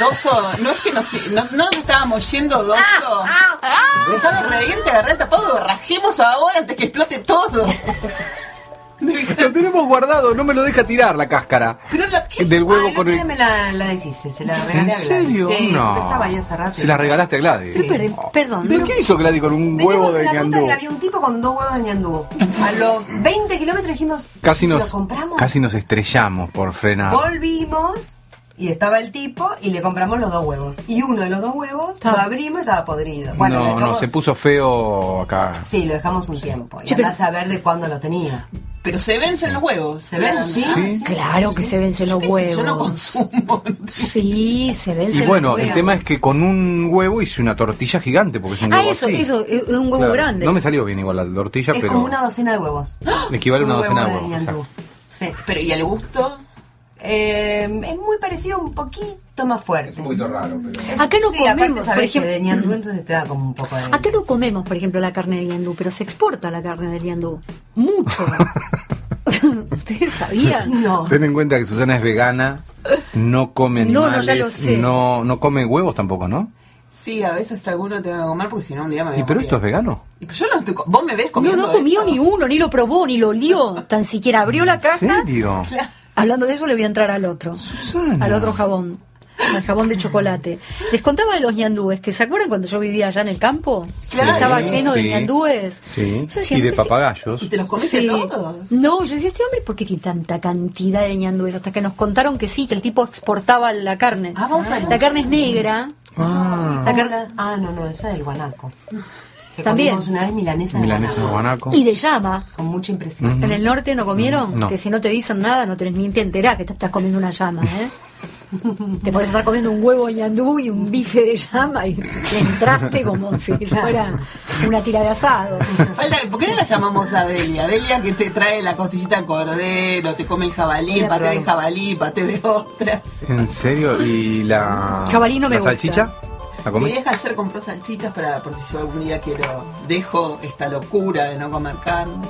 Speaker 1: Doso, no es que nos, nos- no nos estábamos
Speaker 5: Ah,
Speaker 1: yendo, Doso. Dejá de reírte, agarré el tapado, rajemos ahora antes que explote todo.
Speaker 2: Lo tenemos guardado, no me lo deja tirar la cáscara.
Speaker 5: Pero la, ¿qué?
Speaker 2: Del huevo
Speaker 5: Ah, el
Speaker 2: con
Speaker 5: otro
Speaker 2: el-
Speaker 5: día me la, la deshice, se la regalé
Speaker 2: ¿En
Speaker 5: a Gladys.
Speaker 2: serio?
Speaker 5: Sí,
Speaker 2: no.
Speaker 5: porque estaba ahí hace rato.
Speaker 2: Se la regalaste a Gladys.
Speaker 4: Pero, pero, perdón,
Speaker 2: ¿De
Speaker 4: no-
Speaker 2: qué hizo Gladys con un
Speaker 5: Venimos
Speaker 2: huevo
Speaker 5: en
Speaker 2: de
Speaker 5: la punta
Speaker 2: ñandú?
Speaker 5: y había un tipo con dos huevos de ñandú. A los 20 kilómetros dijimos,
Speaker 2: Casi
Speaker 5: ¿y si
Speaker 2: nos,
Speaker 5: lo compramos.
Speaker 2: casi nos estrellamos por frenar.
Speaker 5: Volvimos y estaba el tipo y le compramos los dos huevos. Y uno de los dos huevos lo abrimos y estaba podrido. Bueno, lo
Speaker 2: no, no,
Speaker 5: dejamos-
Speaker 2: se puso feo acá.
Speaker 5: Sí, lo dejamos un tiempo. Y
Speaker 4: Che, pero-
Speaker 5: andás a ver de cuándo lo tenía.
Speaker 1: Pero se vencen los huevos.
Speaker 5: ¿Se ven? Sí.
Speaker 2: Sí.
Speaker 4: Claro que se vencen los huevos.
Speaker 1: Yo no consumo.
Speaker 4: Sí, se vencen
Speaker 2: Y bueno,
Speaker 4: los
Speaker 2: el
Speaker 4: huevos.
Speaker 2: tema es que con un huevo hice una tortilla gigante, porque es un
Speaker 4: Ah,
Speaker 2: huevo
Speaker 4: eso,
Speaker 2: así.
Speaker 4: eso, es un huevo
Speaker 2: Claro.
Speaker 4: grande.
Speaker 2: No me salió bien igual la tortilla,
Speaker 5: Es
Speaker 2: pero
Speaker 5: como una docena de huevos.
Speaker 2: me equivale a una
Speaker 5: Un
Speaker 2: docena de
Speaker 5: huevo
Speaker 2: huevos.
Speaker 5: ñandú.
Speaker 2: exacto.
Speaker 5: Sí.
Speaker 1: Pero ¿y al gusto?
Speaker 5: Eh, es muy parecido, un poquito más fuerte.
Speaker 2: raro, pero...
Speaker 5: Es-
Speaker 4: Acá no
Speaker 5: sí, aparte
Speaker 4: comemos,
Speaker 5: sabés
Speaker 4: por ejemplo. Ah.
Speaker 5: que de ñandú, entonces te da como un poco de...
Speaker 4: Acá no comemos, por ejemplo, la carne de liandú, pero se exporta la carne de liandú. Mucho. ¿Ustedes sabían?
Speaker 5: No.
Speaker 2: Ten en cuenta que Susana es vegana, no come
Speaker 4: No, no,
Speaker 2: animales,
Speaker 4: ya lo sé.
Speaker 2: no, no come huevos tampoco, ¿no?
Speaker 1: Sí, a veces alguno tengo que comer porque si no un día me
Speaker 5: Ah,
Speaker 1: voy a
Speaker 2: Y pero
Speaker 1: morir.
Speaker 2: esto es vegano.
Speaker 1: Y Yo no estoy co- ¿Vos me ves
Speaker 4: No,
Speaker 1: comiendo
Speaker 4: no comió
Speaker 1: eso?
Speaker 4: ni uno, ni lo probó, ni lo olió. Tan siquiera abrió la
Speaker 2: ¿En
Speaker 4: caja.
Speaker 2: serio?
Speaker 1: Claro.
Speaker 4: Hablando de eso, le voy a entrar al otro.
Speaker 2: Susana.
Speaker 4: Al otro jabón. Al jabón de chocolate. Les contaba de los ñandúes, que se acuerdan cuando yo vivía allá en el campo,
Speaker 1: Claro.
Speaker 4: estaba lleno de
Speaker 2: Sí.
Speaker 4: ñandúes.
Speaker 2: Sí,
Speaker 4: Yo decía,
Speaker 2: y de
Speaker 4: "Pero si-
Speaker 2: papagayos.
Speaker 1: ¿Y te los comiste
Speaker 4: Sí.
Speaker 1: todos?
Speaker 4: No, yo decía, este hombre, ¿por qué tiene tanta cantidad de ñandúes? Hasta que nos contaron que sí, que el tipo exportaba la carne.
Speaker 1: Ah, vamos a-
Speaker 4: la carne es negra.
Speaker 2: Ah,
Speaker 5: La carne- Ah, no, no, esa del guanaco. Que
Speaker 4: También.
Speaker 5: comimos una vez milanesa de
Speaker 2: milanesa de
Speaker 5: guanaco.
Speaker 2: guanaco.
Speaker 4: Y de llama.
Speaker 5: Con mucha impresión.
Speaker 4: ¿En el norte no comieron?
Speaker 2: No.
Speaker 4: Que si no te dicen nada, no tenés ni te enterás que te estás comiendo una llama, ¿eh? Te podés estar comiendo un huevo ñandú y un bife de llama y te entraste como si fuera una tira de asado.
Speaker 1: Falta- ¿Por qué no la llamamos a Delia? Delia que te trae la costillita de cordero, te come el jabalí,
Speaker 5: Voy a
Speaker 1: paté de
Speaker 5: probar.
Speaker 1: jabalí, paté de ostras.
Speaker 2: ¿En serio? ¿Y la,
Speaker 4: Jabalí no me
Speaker 2: la
Speaker 4: gusta.
Speaker 2: salchicha? ¿La
Speaker 1: Mi
Speaker 2: comí?
Speaker 1: vieja ayer compró salchichas para por si yo algún día quiero dejo esta locura de no comer carne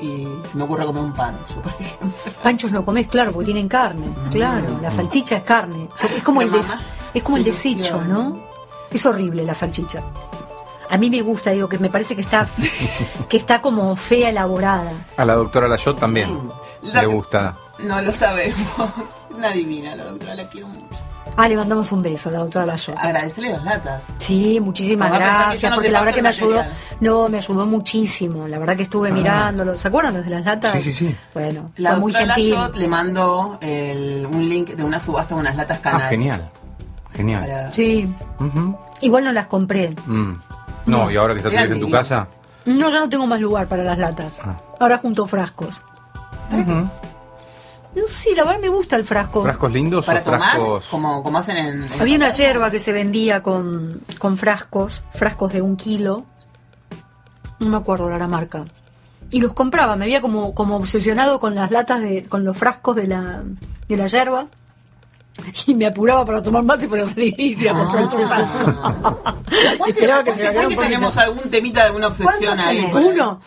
Speaker 1: y se me ocurre comer un pancho, por ejemplo.
Speaker 4: Panchos no comés, claro, porque tienen carne. Claro, la salchicha es carne. Es como,
Speaker 1: Mi
Speaker 4: el, des-
Speaker 1: mamá.
Speaker 4: es como el
Speaker 1: Sí,
Speaker 4: desecho,
Speaker 1: claro.
Speaker 4: ¿no? Es horrible la salchicha. A mí me gusta, digo, que me parece que está, que está como fea elaborada.
Speaker 2: A la doctora Layot también
Speaker 1: La-
Speaker 2: le gusta.
Speaker 1: No lo sabemos. Una divina la doctora, la quiero mucho.
Speaker 4: Ah, le mandamos un beso a la doctora Layot.
Speaker 1: Agradecerle las latas.
Speaker 4: Sí, muchísimas
Speaker 1: Porque va a pensar que yo no
Speaker 4: gracias,
Speaker 1: te
Speaker 4: porque la
Speaker 1: paso
Speaker 4: verdad que
Speaker 1: el
Speaker 4: me ayudó,
Speaker 1: material. Ah.
Speaker 4: no, me ayudó muchísimo, la verdad que estuve mirándolo, ¿se acuerdan desde las latas?
Speaker 2: Sí, sí, sí.
Speaker 4: Bueno,
Speaker 1: La
Speaker 4: fue muy
Speaker 1: doctora
Speaker 4: gentil.
Speaker 1: Layot le mandó el- un link de una subasta de unas latas canal.
Speaker 2: Ah, genial. Genial.
Speaker 1: Para-
Speaker 4: Sí,
Speaker 2: Ujú.
Speaker 4: igual no las compré.
Speaker 2: Mm. No, y ahora que está tu
Speaker 1: Eran
Speaker 2: vieja en tu
Speaker 1: divinas.
Speaker 2: casa,
Speaker 4: No, ya no tengo más lugar para las latas.
Speaker 2: Ah.
Speaker 4: Ahora junto frascos. No sé, la verdad me gusta el frasco.
Speaker 2: frascos lindos
Speaker 1: para
Speaker 2: o
Speaker 1: tomar,
Speaker 2: frascos.
Speaker 1: como, como hacen en. en-
Speaker 4: Había una hierba que se vendía con, con frascos, frascos de un kilo. No me acuerdo ahora la marca. Y los compraba, me había como, como obsesionado con las latas de, con los frascos de la, de la hierba. Y me apuraba para tomar mate para salir y a
Speaker 1: Ah.
Speaker 4: comprar otro frasco.
Speaker 1: ¿Vos te-
Speaker 4: Esperaba que
Speaker 1: vos
Speaker 4: se
Speaker 1: te
Speaker 4: me
Speaker 1: sé que
Speaker 4: acabara un poquito.
Speaker 1: tenemos algún temita de alguna obsesión
Speaker 5: ¿Cuántos
Speaker 1: ahí.
Speaker 5: tenés?
Speaker 1: por ahí.
Speaker 4: Uno,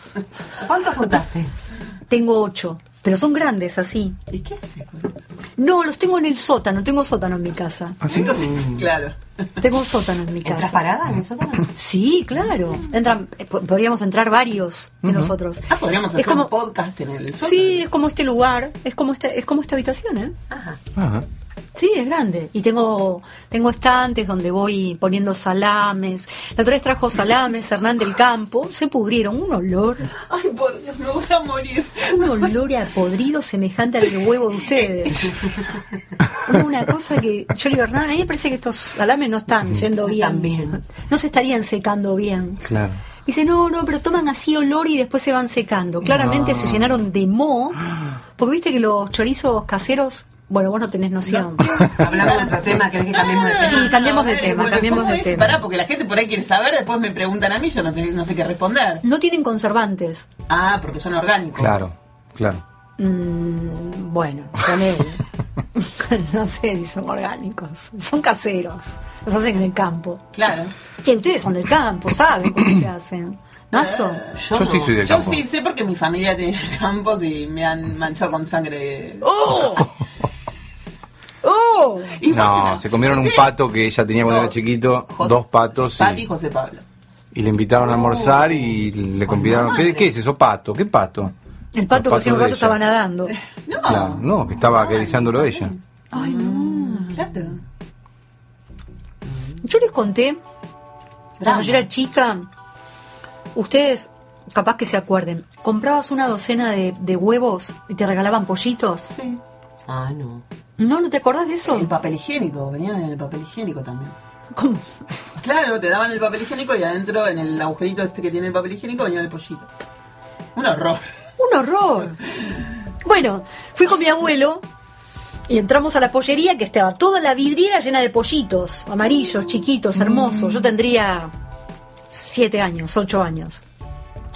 Speaker 5: ¿Cuánto juntaste?
Speaker 4: tengo ocho, pero son grandes así.
Speaker 1: ¿Y qué haces con eso?
Speaker 4: No, los tengo en el sótano, tengo sótano en mi casa.
Speaker 1: ¿Ah,
Speaker 2: ¿Ah,
Speaker 1: Entonces,
Speaker 2: Mm.
Speaker 1: claro.
Speaker 4: Tengo un sótano en mi
Speaker 5: ¿Entras
Speaker 4: casa.
Speaker 5: parada en el sótano?
Speaker 4: Sí, claro. Entran, eh, po- podríamos entrar varios de nosotros.
Speaker 1: Ah, podríamos hacer
Speaker 4: es como,
Speaker 1: un podcast en el sótano.
Speaker 4: Sí, es como este lugar, es como este, es como esta habitación, ¿eh?
Speaker 5: Ajá.
Speaker 2: Ajá.
Speaker 4: Sí, es grande. Y tengo, tengo estantes donde voy poniendo salames. La otra vez trajo salames, Hernán del Campo, se pudrieron, un olor,
Speaker 1: Ay, por Dios, me voy a morir.
Speaker 4: un olor a podrido semejante al de huevo de ustedes. Una- Una cosa que yo le digo, Hernán, a mí me parece que estos salames no están yendo bien.
Speaker 5: están bien.
Speaker 4: No se estarían secando bien.
Speaker 2: Claro.
Speaker 4: Dice, no, no, pero toman así olor y después se van secando. Claramente
Speaker 2: Ah.
Speaker 4: se llenaron de mo, porque viste que los chorizos caseros, bueno, vos no tenés noción.
Speaker 5: Hablamos de otro tema, ¿querés que cambiemos de
Speaker 4: Sí, cambiemos de
Speaker 1: No,
Speaker 4: tema,
Speaker 1: Eh, bueno,
Speaker 4: cambiemos
Speaker 1: ¿cómo
Speaker 4: de
Speaker 1: es?
Speaker 4: tema.
Speaker 1: Pará, porque la gente por ahí quiere saber, después me preguntan a mí, yo no, te- no sé qué responder.
Speaker 4: No tienen conservantes.
Speaker 1: Ah, porque son orgánicos.
Speaker 2: Claro, claro.
Speaker 4: Mm, bueno, ponele. no sé si son orgánicos. Son caseros. Los hacen en el campo.
Speaker 1: Claro.
Speaker 4: Che, ustedes son del campo, saben cómo se hacen. ¿Nazo?
Speaker 2: Yo, sí soy del
Speaker 1: Yo
Speaker 2: campo.
Speaker 1: sí sé porque mi familia tiene campos y me han manchado con sangre.
Speaker 4: ¡Oh! ¡Oh!
Speaker 1: Y
Speaker 2: No,
Speaker 1: bueno,
Speaker 2: se comieron un
Speaker 1: ustedes-
Speaker 2: pato que ella tenía cuando era
Speaker 1: Dos.
Speaker 2: chiquito,
Speaker 1: Jos-
Speaker 2: dos patos,
Speaker 1: Pati y
Speaker 2: y,
Speaker 1: José Pablo.
Speaker 2: y le invitaron a almorzar y le convidaron. ¿Qué, qué es eso? Pato, ¿qué pato?
Speaker 4: El pato que
Speaker 2: patos
Speaker 4: hacía un
Speaker 2: de
Speaker 4: rato
Speaker 2: ella.
Speaker 4: estaba nadando.
Speaker 1: No,
Speaker 4: Ah.
Speaker 2: Claro, no, que estaba acariciándolo ella.
Speaker 4: Ay, no.
Speaker 1: claro.
Speaker 4: Mm. Yo les conté, cuando yo era chica, ustedes capaz que se acuerden, comprabas una docena de, de huevos y te regalaban pollitos.
Speaker 1: Sí.
Speaker 5: Ah, no.
Speaker 4: ¿No, no te acordás de eso?
Speaker 5: El papel higiénico, venían en el papel higiénico también.
Speaker 4: ¿Cómo?
Speaker 1: Claro, te daban el papel higiénico y adentro, en el agujerito este que tiene el papel higiénico, venía el pollito. Un horror.
Speaker 4: Un horror. Bueno, fui con mi abuelo y entramos a la pollería que estaba toda la vidriera llena de pollitos, amarillos, chiquitos, hermosos. Yo tendría siete años, ocho años.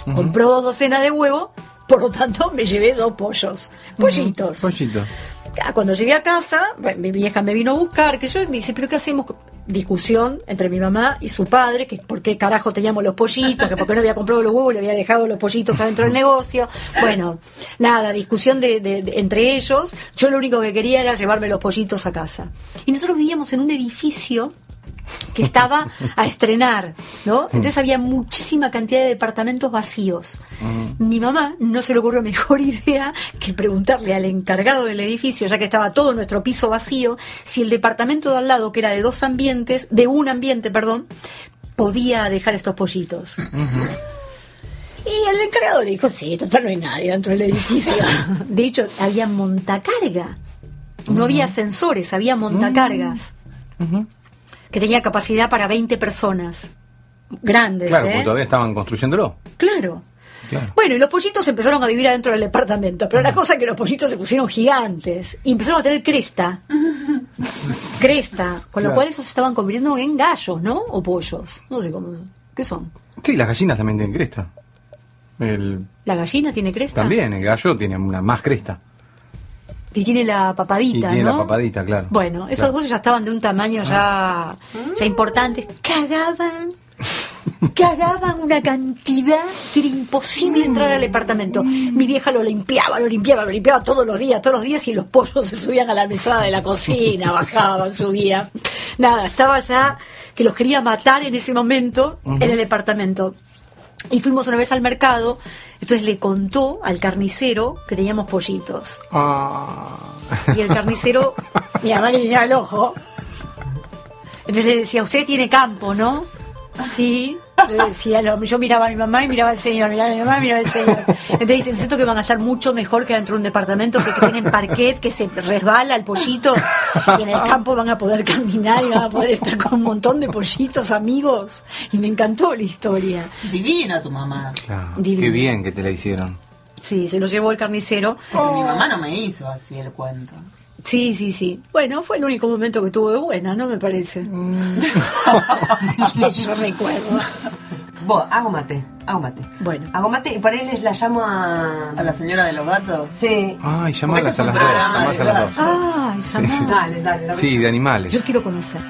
Speaker 9: Mm.
Speaker 4: Compró dos docenas de huevo, por lo tanto me llevé dos pollos, pollitos.
Speaker 2: Pollito.
Speaker 4: Ah, Cuando llegué a casa, bueno, mi vieja me vino a buscar, que yo y me dice, pero ¿qué hacemos? Discusión entre mi mamá y su padre, que por qué carajo teníamos los pollitos, que por qué no había comprado los huevos, le había dejado los pollitos adentro del negocio. Bueno, nada, discusión de, de- de- entre ellos. Yo lo único que quería era llevarme los pollitos a casa. Y nosotros vivíamos en un edificio que estaba a estrenar, ¿no? Entonces había muchísima cantidad de departamentos vacíos.
Speaker 2: Mm.
Speaker 4: Mi mamá no se le ocurrió mejor idea que preguntarle al encargado del edificio, ya que estaba todo nuestro piso vacío, si el departamento de al lado, que era de dos ambientes, de un ambiente, perdón, podía dejar estos pollitos. Y el encargado le dijo, sí, total no hay nadie dentro del edificio. De hecho, había montacarga. No había ascensores, había montacargas. Que tenía capacidad para 20 personas. Grandes,
Speaker 2: Claro,
Speaker 4: ¿eh?
Speaker 2: porque todavía estaban construyéndolo.
Speaker 4: Claro.
Speaker 2: Claro.
Speaker 4: Bueno, y los pollitos empezaron a vivir adentro del departamento, pero la cosa es que los pollitos se pusieron gigantes y empezaron a tener cresta. cresta, con
Speaker 2: Claro.
Speaker 4: lo cual esos se estaban convirtiendo en gallos, ¿no? O pollos, no sé cómo. ¿Qué son?
Speaker 2: Sí, las gallinas también tienen cresta. El,
Speaker 4: ¿La gallina tiene cresta?
Speaker 2: también, el gallo tiene una más cresta.
Speaker 4: Y tiene la papadita,
Speaker 2: Y tiene
Speaker 4: ¿no?
Speaker 2: la papadita, claro.
Speaker 4: Bueno, esos
Speaker 2: Claro.
Speaker 4: dos ya estaban de un tamaño ya, ya importante. Cagaban. Cagaban una cantidad que era imposible entrar al departamento. Mi vieja lo limpiaba, lo limpiaba, lo limpiaba todos los días, todos los días y los pollos se subían a la mesada de la cocina, bajaban, subían. Nada, estaba ya que los quería matar en ese momento en el departamento. Y fuimos una vez al mercado, entonces le contó al carnicero que teníamos pollitos.
Speaker 2: Ah.
Speaker 4: Y el carnicero, mi mamá le miraba el ojo. Entonces le decía, usted tiene campo, ¿no? Sí. Le decía el hombre. Yo miraba a mi mamá y miraba al señor, miraba a mi mamá y miraba al señor. Entonces dicen, siento que van a estar mucho mejor que dentro de un departamento que, que tienen parquet, que se resbala el pollito. Y en el campo van a poder caminar y van a poder estar con un montón de pollitos amigos. Y me encantó la historia.
Speaker 1: Divina tu mamá.
Speaker 2: Claro,
Speaker 4: Divino.
Speaker 2: Qué bien que te la hicieron.
Speaker 4: Sí, se lo llevó el carnicero.
Speaker 1: Porque Mi mamá no me hizo así el cuento.
Speaker 4: Sí, sí, sí. Bueno, fue el único momento que tuve buena, ¿no? Me parece.
Speaker 5: Mm.
Speaker 4: Que yo recuerdo.
Speaker 5: Vos, hago mate, hago mate.
Speaker 4: Bueno.
Speaker 5: Hago mate y por ahí les la llamo a.
Speaker 1: A la señora de los gatos.
Speaker 5: Sí.
Speaker 2: Ay,
Speaker 1: Porque
Speaker 2: llamadas a
Speaker 1: este es
Speaker 2: las
Speaker 1: un
Speaker 2: dos.
Speaker 1: programa
Speaker 2: Llamadas a
Speaker 1: de
Speaker 2: las dos.
Speaker 4: Ay,
Speaker 2: Sí, sí.
Speaker 4: llamada.
Speaker 5: Dale, dale, lo
Speaker 2: Sí, de animales.
Speaker 4: Ah, Yo quiero conocer.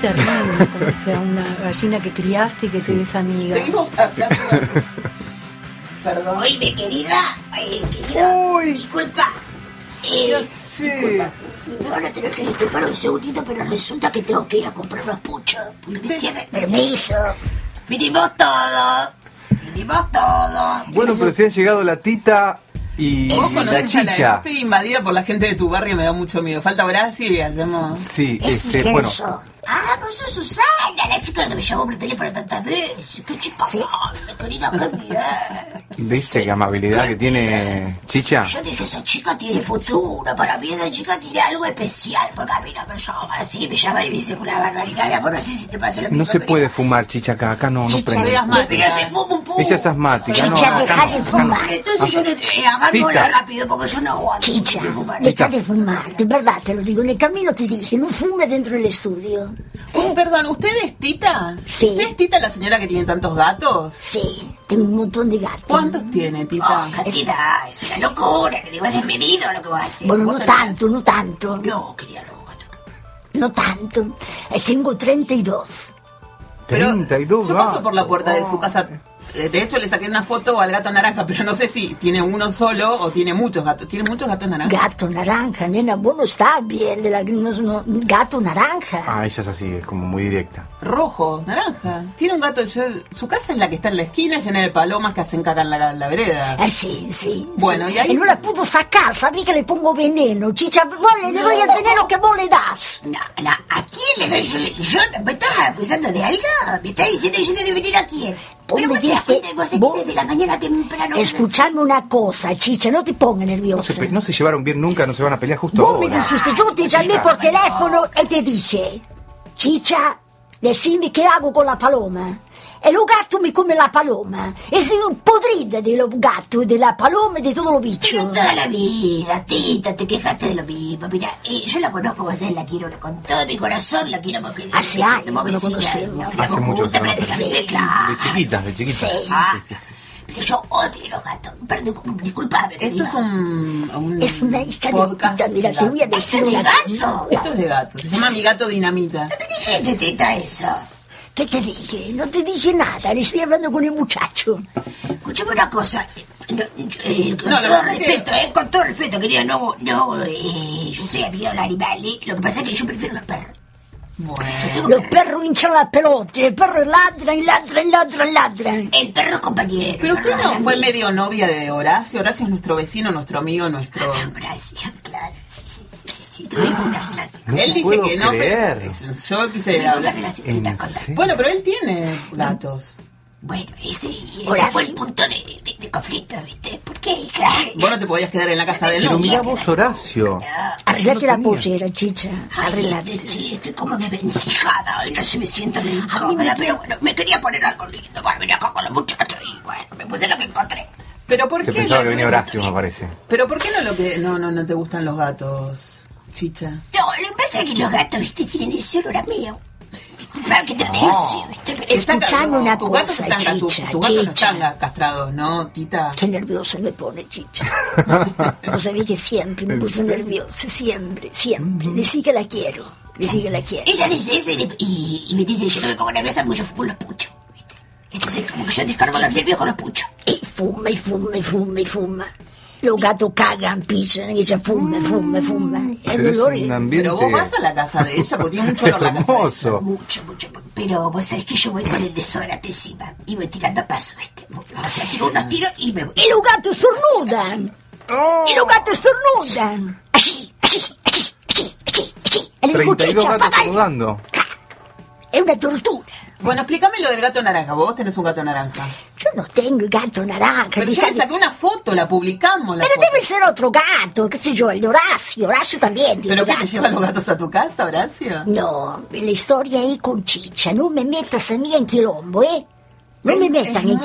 Speaker 4: terrible, o sea, una gallina que criaste y que te des amiga.
Speaker 1: Seguimos hablando. Perdón.
Speaker 9: Oye, querida, oye, querida,
Speaker 2: ¡Uy!
Speaker 9: disculpa. Eh,
Speaker 2: Sí.
Speaker 9: me van a tener que disculpar un segundito, pero resulta que tengo que ir a comprar unos puchos. Porque me cierran. Permiso. Vinimos todos. Vinimos todos.
Speaker 2: Bueno, pero si han llegado la tita y
Speaker 1: Vos
Speaker 2: la
Speaker 1: conocés a la- Yo
Speaker 2: chicha.
Speaker 1: estoy invadida por la gente de tu barrio, me da mucho miedo. Falta Horacio y hacemos.
Speaker 2: Sí,
Speaker 9: Es
Speaker 2: ese,
Speaker 9: mi
Speaker 2: bueno.
Speaker 9: genso. Ah, pues sos Susana, la chica que me llamó por teléfono tantas veces. Qué chica sí. querida, qué bien.
Speaker 2: ¿Viste qué amabilidad que tiene Chicha?
Speaker 9: Yo dije, esa chica tiene futuro. Para mí esa chica tiene algo especial. Porque a mí no me llaman así, me llaman y me dicen una barbaridad. Mi amor, no sé si te pasa lo mismo.
Speaker 2: No se
Speaker 9: querida.
Speaker 2: puede fumar chicha acá, acá no, no
Speaker 9: Chicha,
Speaker 2: prende.
Speaker 1: seas
Speaker 9: No, pero te fumo un poco.
Speaker 2: Ella es asmática, no,
Speaker 9: Chicha,
Speaker 2: acá
Speaker 9: dejá
Speaker 2: no,
Speaker 9: de
Speaker 2: acá no.
Speaker 9: fumar. Entonces yo le eh,
Speaker 2: Tita.
Speaker 9: hagámosla rápido porque yo no aguanto. Chicha, fumar.
Speaker 2: Tita.
Speaker 10: Deja de fumar, de verdad te lo digo. En el camino te dije, no fume dentro del estudio.
Speaker 1: Uh, perdón, ¿usted es Tita?
Speaker 10: Sí.
Speaker 1: ¿Usted es Tita la señora que tiene tantos gatos?
Speaker 10: Sí, tengo un montón de gatos. Oh,
Speaker 1: ¿Cuántos tiene, Tita?
Speaker 9: Ah, Tita, es una locura. Que digo, es desmedido lo que vas a hacer.
Speaker 10: Bueno,
Speaker 1: Este, vos
Speaker 10: no
Speaker 1: tenés-
Speaker 10: tanto, no tanto,
Speaker 9: No, querida, no. gato.
Speaker 10: no tanto. Eh, Tengo 32.
Speaker 1: Pero
Speaker 2: 32
Speaker 1: Yo paso por la
Speaker 2: gatos.
Speaker 1: puerta de
Speaker 10: Oh.
Speaker 9: Oh.
Speaker 1: su casa. Eh, De hecho, le saqué una foto al gato naranja, pero no sé si tiene uno solo o tiene muchos gatos. ¿Tiene muchos gatos naranjas?
Speaker 10: Gato naranja, nena, vos no estás bien. De la, no- no- gato naranja.
Speaker 2: Ah, ella es así, es como muy directa.
Speaker 1: Rojo, naranja. Tiene un gato. yo- su casa es la que está en la esquina, llena de palomas que hacen caca en la, la vereda.
Speaker 9: Eh,
Speaker 10: Ah, sí, sí.
Speaker 1: Bueno,
Speaker 10: sí.
Speaker 1: y ahí-
Speaker 10: no la puedo sacar, sabés que le pongo veneno, chicha. Vos le, le doy el veneno que vos le das.
Speaker 9: No, no, ¿a quién le doy yo? le- yo ¿Me estás acusando de algo? ¿Me estás diciendo que yo le doy venir a quién?
Speaker 10: Vos
Speaker 9: Pero
Speaker 10: me
Speaker 9: vos te das
Speaker 10: diste-
Speaker 9: cuenta, vos aquí
Speaker 10: vos-
Speaker 9: desde la mañana temprano.
Speaker 10: Escuchame una cosa, chicha, no te pongas
Speaker 2: No se,
Speaker 10: nerviosa.
Speaker 2: pe- no se llevaron bien nunca, no se van a pelear justo
Speaker 10: Vos me
Speaker 2: ahora.
Speaker 10: dijiste, yo te llamé por teléfono y te dije, chicha, decime qué hago con la paloma. E lo gatto mi come la paloma. E sono podrida dello gatto, della paloma e di tutto lo
Speaker 9: Pero
Speaker 10: bicho.
Speaker 9: toda la vida, Tita, te quejaste de lo mismo. Mira, eh, yo la conozco, vos sabés, la quiero con todo mi corazón, la quiero porque...
Speaker 10: Hace años que lo conocemos.
Speaker 2: Hace mucho que se
Speaker 9: tiempo.
Speaker 2: conocen.
Speaker 9: claro.
Speaker 2: De chiquitas, de chiquitas.
Speaker 10: Sí.
Speaker 9: Ah, Pero yo odio los gatos. Perdón, disculpame.
Speaker 1: Esto
Speaker 9: querida.
Speaker 1: es un. un
Speaker 10: Es una hija de
Speaker 1: podcast
Speaker 10: puta, mira,
Speaker 1: de
Speaker 10: te voy a
Speaker 1: gatos.
Speaker 10: decir una cosa.
Speaker 1: Esto es de gatos. Se llama Mi gato dinamita.
Speaker 9: ¿Me dijiste, Tita, eso?
Speaker 10: ¿Qué te dije? No te dije nada, le estoy hablando con el muchacho.
Speaker 9: Escuchame una cosa, no, eh, con
Speaker 1: No, la
Speaker 9: todo
Speaker 1: verdad que-
Speaker 9: respeto, eh, con todo respeto, querido, no, no, eh, yo soy amigo de los animales, lo que pasa es que yo prefiero los perros. Yo tengo
Speaker 10: Los
Speaker 9: perros.
Speaker 10: perros hinchan la pelota, los perros ladran, ladran, ladran, ladran.
Speaker 9: El perro es compañero.
Speaker 1: Pero usted no fue
Speaker 9: medio...
Speaker 1: medio novia de Horacio. Horacio es nuestro vecino, nuestro amigo, nuestro. Ah.
Speaker 9: Gracias, Ah, claro, sí, sí, sí, sí, sí, tuvimos una relación.
Speaker 2: No
Speaker 1: Él dice
Speaker 2: puedo
Speaker 1: que no,
Speaker 2: creer.
Speaker 1: pero yo quise
Speaker 9: Tuvimos una
Speaker 1: hablar.
Speaker 9: relación,
Speaker 2: ¿En
Speaker 9: Tita, con la-
Speaker 2: serio?
Speaker 1: Bueno, pero él tiene gatos.
Speaker 9: Bueno, ese, ese
Speaker 10: Ahora
Speaker 9: fue
Speaker 10: sí.
Speaker 9: el punto de, de- de conflicto, ¿viste? Porque, claro...
Speaker 1: Vos no te podías quedar en la casa de él.
Speaker 2: Pero mirá vos, Horacio.
Speaker 10: Arreglate la
Speaker 2: tenía.
Speaker 10: pollera, chicha.
Speaker 9: este, Arreglate,
Speaker 10: Arreglate.
Speaker 9: sí, estoy como desvencijada. Hoy no se me siento ni incómoda, pero bueno, me quería poner algo lindo. Bueno, venía acá con los muchachos y bueno, me puse lo que encontré.
Speaker 1: Pero ¿por
Speaker 2: Se
Speaker 1: qué?
Speaker 2: pensaba
Speaker 1: lo-
Speaker 2: que venía Horacio, me parece.
Speaker 1: Pero ¿por qué no lo que no no no te gustan los gatos, chicha?
Speaker 9: No, lo que pasa es que los gatos, viste, tienen ese olor a mío. Disculpa que te lo diga así, viste, pero es...
Speaker 1: Está ca-
Speaker 10: Escuchame una
Speaker 1: tus gatos
Speaker 10: cosa,
Speaker 1: están ca- tu-
Speaker 10: chicha,
Speaker 1: tus gatos no
Speaker 10: chicha.
Speaker 1: están ga- castrados, ¿no, tita?
Speaker 10: Qué nerviosa me pone, chicha. No sabía que siempre me puso nerviosa, siempre, siempre. Decí que la quiero, decí que la quiero.
Speaker 9: Ella dice eso y, y- y me dice, yo no me pongo nerviosa porque yo fumo los puchos, viste. Entonces como que yo descargo los nervios con los puchos.
Speaker 10: Y fuma, y fuma, y fuma, y fuma. Los gatos cagan, pichan, y ella fuma, fuma, fuma. Es un
Speaker 2: Pero es
Speaker 10: olor.
Speaker 2: un
Speaker 1: Pero vos vas
Speaker 2: ambiente
Speaker 1: a la casa de ella porque tiene mucho olor la casa. de ella.
Speaker 2: hermoso.
Speaker 9: Mucho, mucho. Pero vos sabés que yo voy con el desodorante encima y voy tirando a paso, viste. O sea, tiro unos tiros y me voy.
Speaker 10: Y los gatos estornudan. Y los gatos estornudan. Así, así, así, así, así, así. En el
Speaker 2: 32
Speaker 10: muchacho,
Speaker 2: gatos
Speaker 10: apagalo.
Speaker 2: rodando.
Speaker 10: Es una tortura.
Speaker 1: Bueno, explícame lo del gato naranja. Vos tenés un gato naranja.
Speaker 10: Yo no tengo gato naranja.
Speaker 1: Pero yo
Speaker 10: deja
Speaker 1: le
Speaker 10: de-
Speaker 1: saqué una foto, la publicamos. La
Speaker 10: Pero
Speaker 1: foto.
Speaker 10: debe ser otro gato, qué sé yo, el de Horacio. Horacio también tiene
Speaker 1: ¿Pero qué te
Speaker 10: gato.
Speaker 1: llevan los gatos a tu casa, Horacio?
Speaker 10: No, la historia es con Chicha. No me metas a mí en quilombo, ¿eh? No me metan en
Speaker 1: es muy, es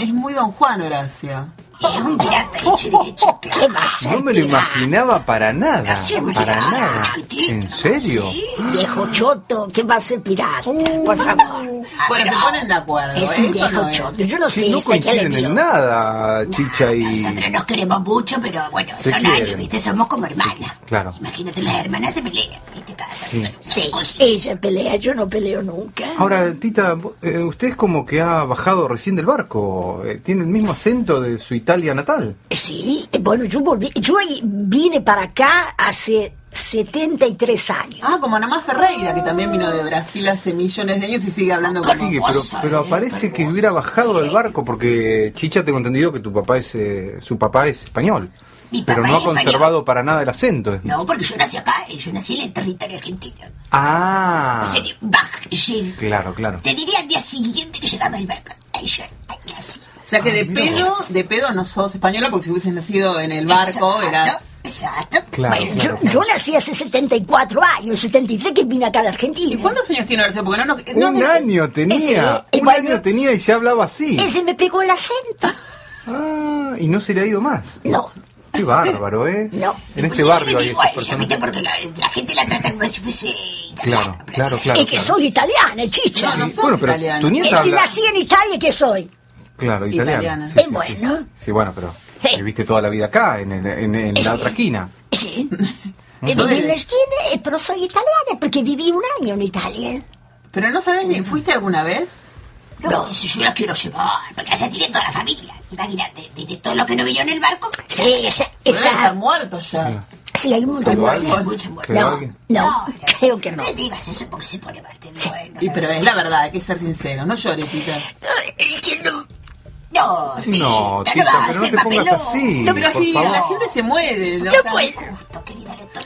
Speaker 10: quilombo.
Speaker 1: muy don Juan, Horacio.
Speaker 9: Es un pirata hecho y derecho, claro.
Speaker 10: ¿Qué va a ser?
Speaker 2: No me lo
Speaker 10: pirata?
Speaker 2: imaginaba para nada.
Speaker 9: Así es,
Speaker 2: Para
Speaker 9: Marisela,
Speaker 2: nada.
Speaker 9: chiquitito.
Speaker 2: ¿En serio?
Speaker 9: Sí.
Speaker 10: Viejo choto, ¿qué va a ser pirata? Por favor.
Speaker 1: Bueno, Ah, se ponen de acuerdo.
Speaker 10: Es
Speaker 1: ¿eh?
Speaker 10: un
Speaker 1: Eso
Speaker 10: viejo
Speaker 1: no es.
Speaker 10: choto. Yo no sé
Speaker 2: Sí, no
Speaker 10: este que le
Speaker 2: coinciden en
Speaker 10: vio.
Speaker 2: nada, Chicha y...
Speaker 9: Nosotros nos queremos mucho, pero bueno,
Speaker 2: Se
Speaker 9: son
Speaker 2: quieren.
Speaker 9: años, ¿viste? Somos como hermanas.
Speaker 2: claro.
Speaker 9: Imagínate, las hermanas se pelean, ¿viste? Cada tanto
Speaker 2: Sí.
Speaker 10: Sí, ella pelea, yo no peleo nunca.
Speaker 2: Ahora, Tita, vo- eh, usted es como que ha bajado recién del barco. eh, Tiene el mismo acento de su Italia natal.
Speaker 10: Sí, eh, bueno, yo volví, yo ahí vine para acá hace 73 años.
Speaker 1: Ah, como Ana Más Ferreira, que también vino de Brasil hace millones de años y sigue hablando con
Speaker 2: Sigue, pero, pero aparece que hubiera bajado del barco porque Chicha tengo entendido que tu papá es eh, su papá es español,
Speaker 9: Mi
Speaker 2: pero
Speaker 9: papá
Speaker 2: no ha
Speaker 9: es español.
Speaker 2: conservado para nada el acento.
Speaker 9: No, porque yo nací acá, y yo nací en el territorio argentino.
Speaker 2: Ah,
Speaker 9: O sea, que bajé.
Speaker 2: claro, claro.
Speaker 9: Te diría al día siguiente que llegaba el barco. Ahí yo, ahí así.
Speaker 1: O sea que
Speaker 2: Ah,
Speaker 1: de
Speaker 9: mira
Speaker 1: pedo, de pedo no sos española porque si hubieses nacido en el barco
Speaker 9: Exacto,
Speaker 1: eras.
Speaker 9: Exacto.
Speaker 2: Claro,
Speaker 10: Bueno,
Speaker 2: claro,
Speaker 10: yo, yo nací hace 74 años, 73 que vine acá a la Argentina. ¿Y cuántos
Speaker 1: años tiene García? Porque no, no,
Speaker 2: un año tenía, un año tenía y ya hablaba así.
Speaker 10: Ese me pegó el acento.
Speaker 2: Ah, y no se le ha ido más.
Speaker 10: No.
Speaker 2: Qué bárbaro, ¿eh?
Speaker 9: No.
Speaker 2: En este barrio hay
Speaker 9: Igual,
Speaker 2: esas
Speaker 9: ya
Speaker 2: personas.
Speaker 9: viste, porque la, la gente la trata como si fuese.
Speaker 2: Claro, claro, claro.
Speaker 10: es que
Speaker 2: claro.
Speaker 10: soy italiana, chicha.
Speaker 2: No, no sos Bueno, pero italiana. tu nieta
Speaker 10: Es si
Speaker 2: habla-
Speaker 10: nací en Italia que soy.
Speaker 2: Claro, italiano.
Speaker 10: Italiana.
Speaker 2: Sí,
Speaker 10: Eh,
Speaker 2: sí, sí,
Speaker 10: bueno.
Speaker 2: sí. Sí, bueno, pero
Speaker 10: Sí.
Speaker 2: viviste toda la vida acá, en, el- en- en
Speaker 10: Eh,
Speaker 2: la
Speaker 10: sí.
Speaker 2: otra esquina.
Speaker 10: Sí.
Speaker 2: Mm.
Speaker 10: Eh,
Speaker 2: Soy-
Speaker 10: viví en la esquina, eh, pero soy italiana porque viví un año en Italia.
Speaker 1: Pero no sabes
Speaker 10: Mm.
Speaker 1: ni, ¿fuiste alguna vez?
Speaker 9: No, si yo la quiero llevar, porque allá tiene toda la familia. Imagínate, de, de todo lo que no vivió en el barco.
Speaker 10: Sí, está.
Speaker 1: Pero debe estar muerto ya.
Speaker 10: Sí, hay un montón
Speaker 1: Igual,
Speaker 10: de
Speaker 1: igual.
Speaker 10: muertos.
Speaker 1: Creo
Speaker 10: No,
Speaker 1: que-
Speaker 10: no, creo que no.
Speaker 9: No digas eso porque se pone mal.
Speaker 1: Y pero es la verdad, hay que ser sincero, no llores, Tita.
Speaker 9: No,
Speaker 2: No, Tita, pero no te pongas así.
Speaker 1: No, pero
Speaker 2: por
Speaker 1: sí,
Speaker 2: favor.
Speaker 1: la gente se muere.
Speaker 10: No
Speaker 1: o sea,
Speaker 10: puedo.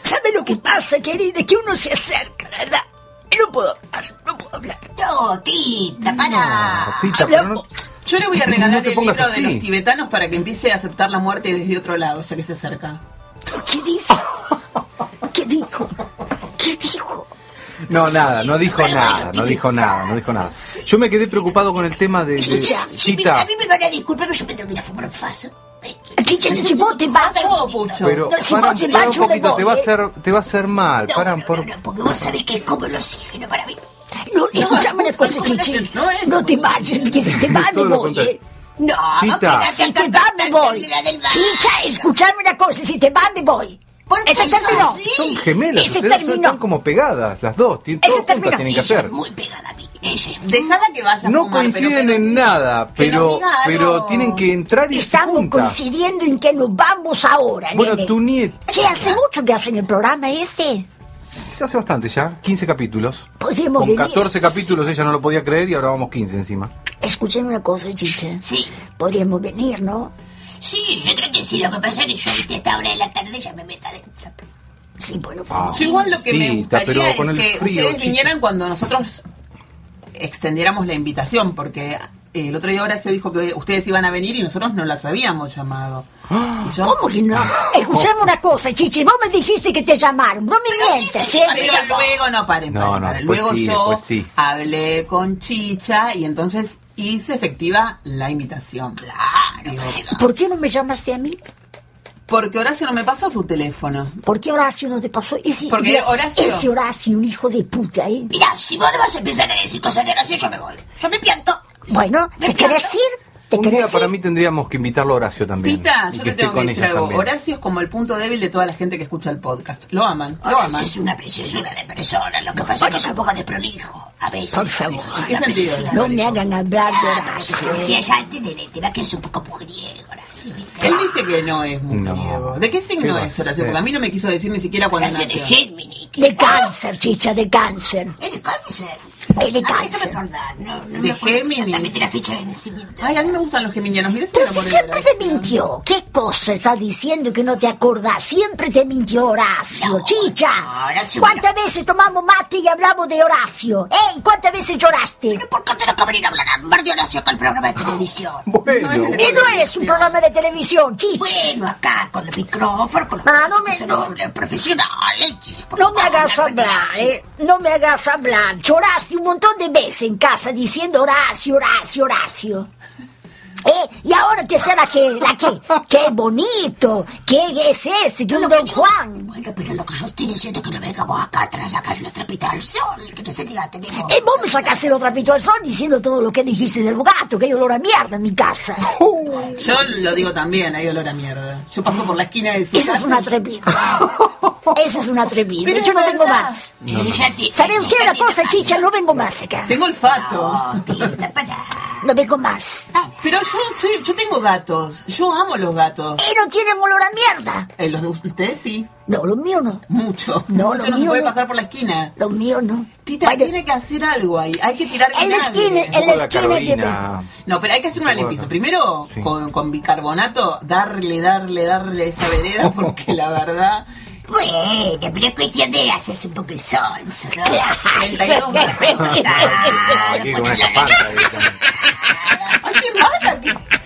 Speaker 10: ¿Sabe lo que pasa, querida? Que uno se acerca, la ¿verdad? Y no puedo hablar, no puedo hablar.
Speaker 9: No, tita, para.
Speaker 2: No, Tita, pero no-
Speaker 1: Yo le voy a regalar
Speaker 2: No te
Speaker 1: el libro
Speaker 2: pongas
Speaker 1: de
Speaker 2: así.
Speaker 1: los tibetanos para que empiece a aceptar la muerte desde otro lado, ya que se acerca.
Speaker 10: ¿Qué dice? ¿Qué dijo? ¿Qué dijo?
Speaker 2: No, nada, no dijo nada, no dijo nada, no dijo nada. Yo me quedé preocupado con el tema de, de-
Speaker 9: Chicha,
Speaker 10: Eh,
Speaker 9: a
Speaker 2: Chita.
Speaker 9: mí me van a disculpar, pero yo me tengo que ir a fumar un faso.
Speaker 10: Chicha, si vos te vas,
Speaker 2: Pero
Speaker 9: No, si
Speaker 2: para,
Speaker 9: vos te
Speaker 2: para
Speaker 9: vas,
Speaker 2: un
Speaker 9: yo me
Speaker 2: poquito,
Speaker 9: voy,
Speaker 2: te va a
Speaker 9: ¿eh?
Speaker 2: hacer, te va a hacer mal.
Speaker 9: No,
Speaker 2: para, por-
Speaker 9: Porque vos sabés que es como el oxígeno para mí.
Speaker 10: No, escuchame una cosa, Chichi. No te vayas, porque si te vas, me
Speaker 9: Todo lo
Speaker 10: voy,
Speaker 9: contrario.
Speaker 10: ¿eh? No,
Speaker 9: Tita.
Speaker 10: quédate si te vas, me voy. Chicha, escuchame una cosa, si te vas, me voy. Ese
Speaker 9: sos
Speaker 10: terminó.
Speaker 9: así?
Speaker 2: Son gemelas,
Speaker 10: Ese
Speaker 2: ustedes son- están
Speaker 10: terminó.
Speaker 2: como pegadas las dos, ti- todas juntas tienen que hacer.
Speaker 1: Dejala que vaya a
Speaker 2: No
Speaker 1: fumar, pero-
Speaker 2: coinciden en nada,
Speaker 1: que nos
Speaker 2: pero,
Speaker 1: diga algo.
Speaker 2: pero tienen que entrar y se
Speaker 10: Estamos
Speaker 2: juntan.
Speaker 10: coincidiendo en que nos vamos ahora,
Speaker 2: Bueno,
Speaker 10: nene.
Speaker 2: tu nieta,
Speaker 10: Che, hace mucho que hacen el programa este.
Speaker 2: hace bastante ya, 15 capítulos.
Speaker 10: Podemos
Speaker 2: Con
Speaker 10: venir.
Speaker 2: 14 capítulos ella no lo podía creer y ahora vamos 15 encima.
Speaker 10: Escuchen una cosa, Chicha.
Speaker 9: Sí.
Speaker 10: Podríamos venir, ¿no?
Speaker 9: Sí, yo creo que sí. Lo que pasa es que yo, viste, a esta hora de la tarde ya me meto adentro.
Speaker 10: Sí, bueno, pues,
Speaker 2: Ah,
Speaker 1: Yo igual lo que me
Speaker 2: Tita,
Speaker 1: gustaría
Speaker 2: pero
Speaker 1: es
Speaker 2: con el
Speaker 1: que
Speaker 2: frío,
Speaker 1: ustedes
Speaker 2: chica.
Speaker 1: vinieran cuando nosotros extendiéramos la invitación, porque eh, el otro día Horacio dijo que ustedes iban a venir y nosotros no las habíamos llamado. Y yo-
Speaker 10: ¿Cómo que no? Escuchame una cosa, Chichi. Vos me dijiste que te llamaron. No me mientas, ¿eh?
Speaker 1: Pero luego no paren,
Speaker 2: No,
Speaker 1: paren,
Speaker 2: no,
Speaker 1: paren.
Speaker 2: después
Speaker 1: luego
Speaker 2: sí,
Speaker 1: yo
Speaker 2: después sí.
Speaker 1: hablé con Chicha y entonces hice efectiva la invitación. Claro.
Speaker 10: ¿Por qué no me llamaste a mí?
Speaker 1: Porque Horacio no me pasó su teléfono.
Speaker 10: ¿Por qué Horacio no te pasó? Ese,
Speaker 1: Porque
Speaker 10: mira,
Speaker 1: Horacio-
Speaker 10: Ese Horacio, un hijo de puta, ¿eh?
Speaker 9: Mirá, si vos vas a empezar a decir cosas de Horacio, yo me voy. Yo me pianto.
Speaker 10: Bueno, ¿te querés ir? ¿Te
Speaker 2: Un día
Speaker 10: querés ir?
Speaker 2: para mí tendríamos que invitarlo a Horacio también.
Speaker 1: Tita,
Speaker 2: y
Speaker 1: yo
Speaker 2: que
Speaker 1: te
Speaker 2: esté
Speaker 1: tengo que
Speaker 2: con
Speaker 1: decir
Speaker 2: ellas
Speaker 1: algo.
Speaker 2: también.
Speaker 1: Horacio es como el punto débil de toda la gente que escucha el podcast. Lo aman, lo
Speaker 9: Horacio
Speaker 1: aman.
Speaker 9: es una preciosura de persona. Lo que pasa es que es un poco desprolijo. A veces. Por favor.
Speaker 1: ¿Qué sentido?
Speaker 10: No me hagan hablar de Horacio. ¿eh?
Speaker 9: Si Ah, allá antes de la tema que es un poco mujeriego, Horacio. ¿viste?
Speaker 1: Él dice que no es mujeriego. ¿De qué
Speaker 9: ¿Qué
Speaker 1: signo
Speaker 9: va a
Speaker 1: es Horacio?
Speaker 9: ser?
Speaker 1: Porque a mí no me quiso decir ni siquiera cuando
Speaker 9: Horacio
Speaker 1: nació.
Speaker 9: de Géminis.
Speaker 10: De cáncer, chicha, de cáncer.
Speaker 9: Es de cáncer.
Speaker 10: Es de
Speaker 9: Ah, déjame
Speaker 10: cáncer.
Speaker 9: recordar. No, no me
Speaker 1: De
Speaker 9: acuerdo
Speaker 1: Géminis.
Speaker 9: exactamente la fecha de nacimiento.
Speaker 1: Ay, a mí me gustan los geminianos. Mira,
Speaker 10: Pero si siempre te mintió, ¿qué cosa estás diciendo que no te acordás? Siempre te mintió Horacio, chicha.
Speaker 9: Horacio,
Speaker 10: ¿Cuántas veces tomamos mate y hablamos de Horacio? ¿Eh? ¿Cuántas veces lloraste?
Speaker 9: ¿Por qué te lo cabrín hablar a hablar de Horacio con el programa de televisión?
Speaker 2: Bueno,
Speaker 10: Y no es un programa de televisión, chicha.
Speaker 9: Bueno, acá, con el micrófono, con los
Speaker 10: Ah, no me-
Speaker 9: que son los profesionales. chicos, por
Speaker 10: No me
Speaker 9: favor,
Speaker 10: hagas
Speaker 9: la
Speaker 10: hablar,
Speaker 9: verdad,
Speaker 10: ¿eh? No me hagas hablar. Lloraste un montón de veces en casa diciendo Horacio, Horacio, Horacio. ¿Eh? Y ahora te será que, la que, qué bonito, qué es ese, que un don Juan.
Speaker 9: Bueno, pero lo que yo estoy diciendo es que no vengamos acá atrás a sacarle trapita al sol, que no se diga, tenemos...
Speaker 10: Eh, vos me sacaste los trapitos al sol diciendo todo lo que dijiste del gato, que hay olor a mierda en mi casa.
Speaker 1: Yo lo digo también, hay olor a mierda. Yo paso por la esquina de su
Speaker 10: Esa es
Speaker 1: casa
Speaker 10: una atrevida. Esa es una atrevida.
Speaker 9: Pero
Speaker 10: Yo
Speaker 9: es
Speaker 10: no vengo
Speaker 9: verdad.
Speaker 10: más.
Speaker 2: No, no, no.
Speaker 10: ¿Sabe usted una cosa, Chicha? No vengo más acá.
Speaker 1: Tengo olfato.
Speaker 10: No vengo más.
Speaker 1: Pero yo soy, yo tengo gatos. Yo amo los gatos.
Speaker 10: Y Eh, no tienen olor a mierda.
Speaker 1: Eh, los de ustedes sí.
Speaker 10: No, lo mío no.
Speaker 1: Mucho.
Speaker 10: No,
Speaker 1: Mucho
Speaker 10: lo
Speaker 1: no se
Speaker 10: mío
Speaker 1: puede
Speaker 10: no.
Speaker 1: pasar por la esquina.
Speaker 10: Lo mío no.
Speaker 1: Tita, tiene que hacer algo ahí. Hay que tirar
Speaker 10: En la
Speaker 1: vinagre.
Speaker 10: esquina, en
Speaker 2: poco
Speaker 10: la
Speaker 2: la
Speaker 10: esquina
Speaker 2: Carolina.
Speaker 1: No, pero hay que hacer una
Speaker 2: Bueno.
Speaker 1: limpieza. Primero,
Speaker 2: Sí.
Speaker 1: con, con bicarbonato, darle, darle, darle esa vereda, porque la verdad,
Speaker 9: Bueno, pero es cuestión de hacerse un poco el sonso, ¿no?
Speaker 1: 32 grados.
Speaker 2: Ah, aquí con una escafandra eh. directamente.
Speaker 1: ¡Ay, qué mala! que-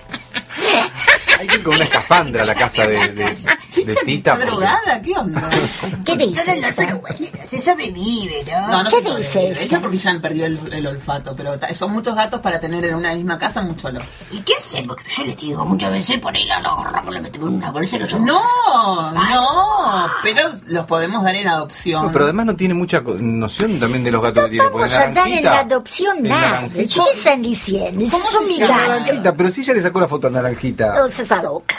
Speaker 2: Hay que ir con una escafandra a la casa de, de, de
Speaker 1: Chicha, que
Speaker 2: Tita.
Speaker 1: está
Speaker 2: porque-
Speaker 1: drogada, ¿qué onda?
Speaker 10: tiene- ¿Qué dice
Speaker 9: Entonces, no,
Speaker 10: esta?
Speaker 9: pero bueno, se sobrevive, ¿no?
Speaker 1: No, no
Speaker 10: ¿Qué
Speaker 1: se puede.
Speaker 10: dice esta?
Speaker 1: Ella porque ya perdió el, el olfato, pero ta- son muchos gatos para tener en una misma casa mucho olor.
Speaker 9: ¿Y qué hacemos? Yo les digo, muchas veces por ahí la la agarramos, la metemos en una bolsa y Ah. la llevamos.
Speaker 1: No, no, pero los podemos dar en adopción.
Speaker 2: No, pero además no tiene mucha co- noción también de los gatos que tiene. porque
Speaker 10: Vamos a dar en
Speaker 2: Naranjita-
Speaker 10: la adopción
Speaker 2: el
Speaker 10: nada. ¿Qué
Speaker 2: Naranjito-
Speaker 10: están diciendo? Esos son mis
Speaker 2: La
Speaker 10: gatos.
Speaker 2: Naranjita, pero sí ya le sacó la foto a Naranjita.
Speaker 10: Entonces está loca.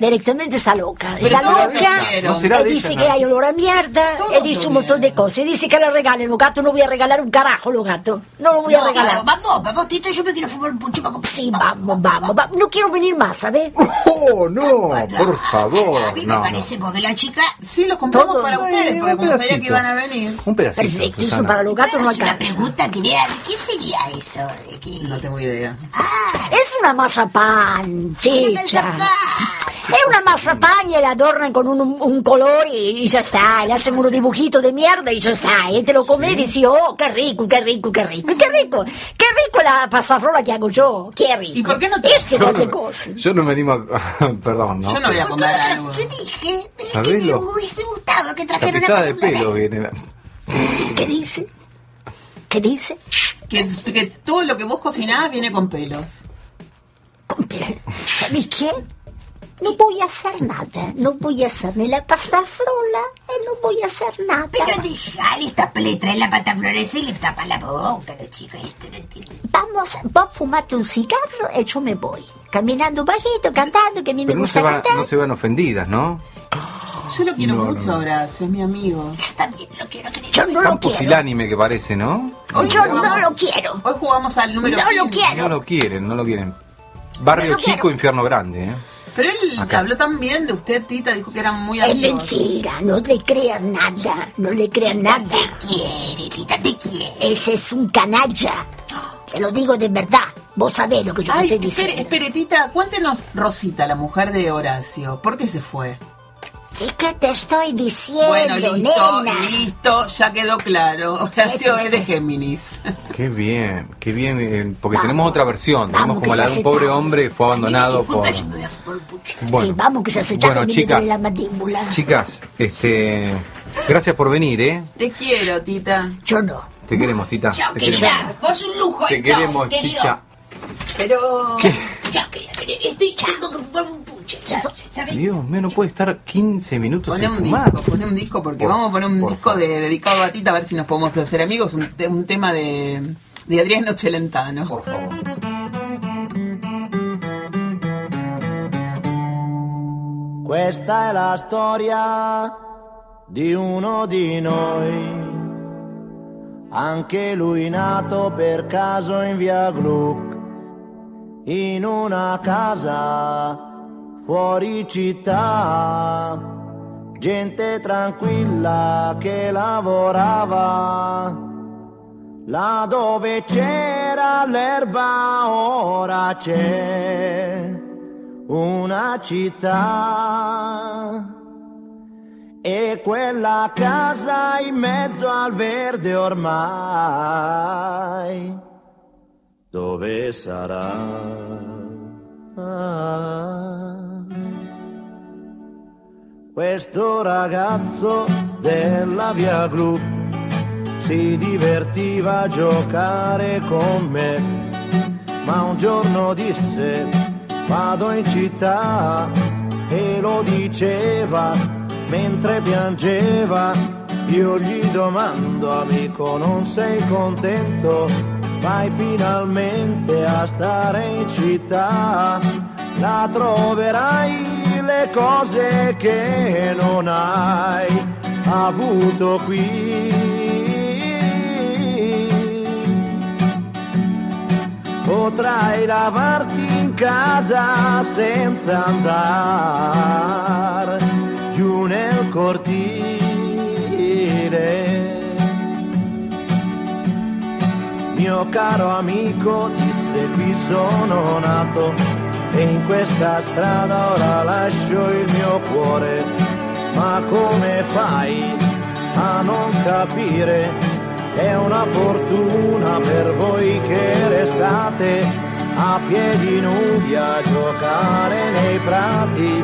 Speaker 10: Directamente está loca.
Speaker 1: Pero
Speaker 10: Está
Speaker 1: todos
Speaker 10: loca.
Speaker 1: lo vieron.
Speaker 2: No será
Speaker 10: Él
Speaker 2: de
Speaker 10: dice
Speaker 2: ella,
Speaker 10: que
Speaker 2: ¿no?
Speaker 10: hay olor a mierda.
Speaker 1: Todos
Speaker 10: Él dice
Speaker 1: lo
Speaker 10: un montón de
Speaker 1: vieron.
Speaker 10: cosas. Él dice que la regalen los gatos. No voy a regalar un carajo los gatos. No lo voy a
Speaker 9: No,
Speaker 10: regalar.
Speaker 9: Vamos, vamos, Tito, yo me quiero fumar un pucho para comprar.
Speaker 10: Sí, vamos, vamos, vamos. No quiero venir más, ¿sabes?
Speaker 2: ¡Oh, no! Por
Speaker 9: A
Speaker 2: favor.
Speaker 9: mí me
Speaker 2: No, no.
Speaker 9: parece porque la chica
Speaker 1: Sí, los compramos
Speaker 10: Todo.
Speaker 1: para
Speaker 2: Eh,
Speaker 1: ustedes, porque
Speaker 2: un
Speaker 1: como sabía que
Speaker 2: pedacito.
Speaker 1: iban a venir.
Speaker 2: Un pedacito.
Speaker 10: Perfecto, eso
Speaker 2: Susana.
Speaker 10: para los gatos no
Speaker 9: hace una
Speaker 10: alcanza.
Speaker 9: pregunta que era, ¿de qué sería eso? ¿De qué?
Speaker 1: No tengo idea.
Speaker 10: Es una mazapán, chicha.
Speaker 9: mazapán.
Speaker 10: Es una mazapán y la adornan con un, un color y, y ya está. Le hacen unos dibujitos de mierda y ya está. Y te lo comes y dices, oh, qué rico, qué rico, qué rico. Qué rico, qué rico la pastafrola que hago yo. Qué rico. Este
Speaker 1: ¿Y por qué no te-
Speaker 10: Es que
Speaker 2: Yo
Speaker 10: cualquier
Speaker 2: no,
Speaker 10: cosa.
Speaker 2: yo no me animo a... Perdón, ¿no?
Speaker 1: Yo no voy a
Speaker 9: Porque
Speaker 1: comer
Speaker 9: otra-
Speaker 1: algo.
Speaker 9: Yo dije, es que
Speaker 2: ¿Sabés
Speaker 9: me
Speaker 2: lo-
Speaker 9: hubiese gustado que
Speaker 2: La
Speaker 9: trajeran
Speaker 2: pisada
Speaker 9: una
Speaker 2: de
Speaker 9: patrulla.
Speaker 2: pelo viene... la-
Speaker 10: ¿Qué dice? ¿Qué dice?
Speaker 1: Que, que todo lo que vos cocinás viene con pelos.
Speaker 10: Compadre, ¿Sabes qué? No voy a hacer nada. No voy a hacer ni la pastafrola. eh, No voy a hacer nada.
Speaker 9: Pero dejale esta pletra en la pata florece y le tapa la boca, los chicos, este no entiende.
Speaker 10: Vamos, vos fumate un cigarro y yo me voy. Caminando bajito,
Speaker 9: Ah,
Speaker 10: cantando, que a mí me
Speaker 2: Pero no
Speaker 10: gusta
Speaker 2: se, van,
Speaker 10: cantar.
Speaker 2: no se van ofendidas, ¿no?
Speaker 1: Yo lo quiero
Speaker 2: No, no,
Speaker 1: mucho,
Speaker 2: no.
Speaker 1: Horacio, es mi amigo.
Speaker 9: Yo también lo quiero querer.
Speaker 10: Yo no
Speaker 2: Tan
Speaker 10: lo quiero.
Speaker 2: pusilánime que parece, ¿no?
Speaker 10: Yo
Speaker 1: jugamos-
Speaker 10: no lo quiero.
Speaker 1: Hoy jugamos al número
Speaker 10: No
Speaker 1: cinco.
Speaker 10: lo quiero.
Speaker 2: No lo quieren, no lo quieren. Barrio
Speaker 10: No lo
Speaker 2: chico,
Speaker 10: quiero.
Speaker 2: infierno grande, ¿eh?
Speaker 1: Pero él
Speaker 2: Acá.
Speaker 1: habló también de usted, Tita, dijo que eran muy
Speaker 10: Es
Speaker 1: amigos.
Speaker 10: mentira, no le crean nada, no le crean nada.
Speaker 9: Quiere, Tita, te quiere.
Speaker 10: Ese es un canalla. Te lo digo de verdad. Vos sabés lo que yo te
Speaker 1: Ay,
Speaker 10: estoy
Speaker 1: espere,
Speaker 10: diciendo.
Speaker 1: espere, Tita, cuéntenos, Rosita, la mujer de Horacio, ¿por qué se fue?
Speaker 10: Es que te estoy diciendo,
Speaker 1: Bueno, listo,
Speaker 10: nena.
Speaker 1: listo, ya quedó claro. Horacio es de Géminis.
Speaker 2: Qué bien, qué bien, eh, porque
Speaker 10: Vamos.
Speaker 2: tenemos otra versión. Tenemos
Speaker 10: Vamos,
Speaker 2: como
Speaker 10: que
Speaker 2: la de
Speaker 10: se
Speaker 2: un
Speaker 10: hace
Speaker 2: pobre
Speaker 10: tarde.
Speaker 2: hombre que fue abandonado por.
Speaker 9: Disculpa, yo me voy a fumar un pucho.
Speaker 10: Sí, vamos que se hace tarde
Speaker 2: bueno,
Speaker 10: y me
Speaker 2: chicas,
Speaker 10: duele la mandíbula.
Speaker 2: chicas, este, gracias por venir, ¿eh?
Speaker 1: Te quiero, Tita.
Speaker 10: Yo no.
Speaker 2: Te queremos, Tita.
Speaker 9: Chao,
Speaker 2: Te
Speaker 9: que
Speaker 2: queremos,
Speaker 9: chao. Vos un lujo, eh,
Speaker 2: Te
Speaker 9: chao,
Speaker 2: queremos,
Speaker 9: querido.
Speaker 2: chicha.
Speaker 1: Pero.
Speaker 9: Chao, querida, querida. Estoy tengo que fumar un pucho. ¿Sabes?
Speaker 2: Dios mío, no puede estar 15 minutos
Speaker 1: Poné
Speaker 2: sin
Speaker 1: un
Speaker 2: fumar.
Speaker 1: disco, poné un disco, porque
Speaker 2: Por-
Speaker 1: vamos a poner un
Speaker 2: por
Speaker 1: disco
Speaker 2: favor.
Speaker 1: de- dedicado a Tita, a ver si nos podemos hacer amigos. Un, te- un tema de, de Adriano Celentano.
Speaker 2: Por favor.
Speaker 11: Questa è la storia di uno di noi, anche lui nato per caso in via Gluck, in una casa fuori città, gente tranquilla che lavorava. Là dove c'era l'erba ora c'è una città e quella casa in mezzo al verde ormai dove sarà Ah. questo ragazzo della via Gru si divertiva a giocare con me ma un giorno disse vado in città e lo diceva mentre piangeva io gli domando amico non sei contento vai finalmente a stare in città la troverai le cose che non hai avuto qui. Potrai lavarti in casa senza andare giù nel cortile. Mio caro amico disse qui sono nato e in questa strada ora lascio il mio cuore. Ma come fai a non capire? È una fortuna per voi che restate a piedi nudi a giocare nei prati,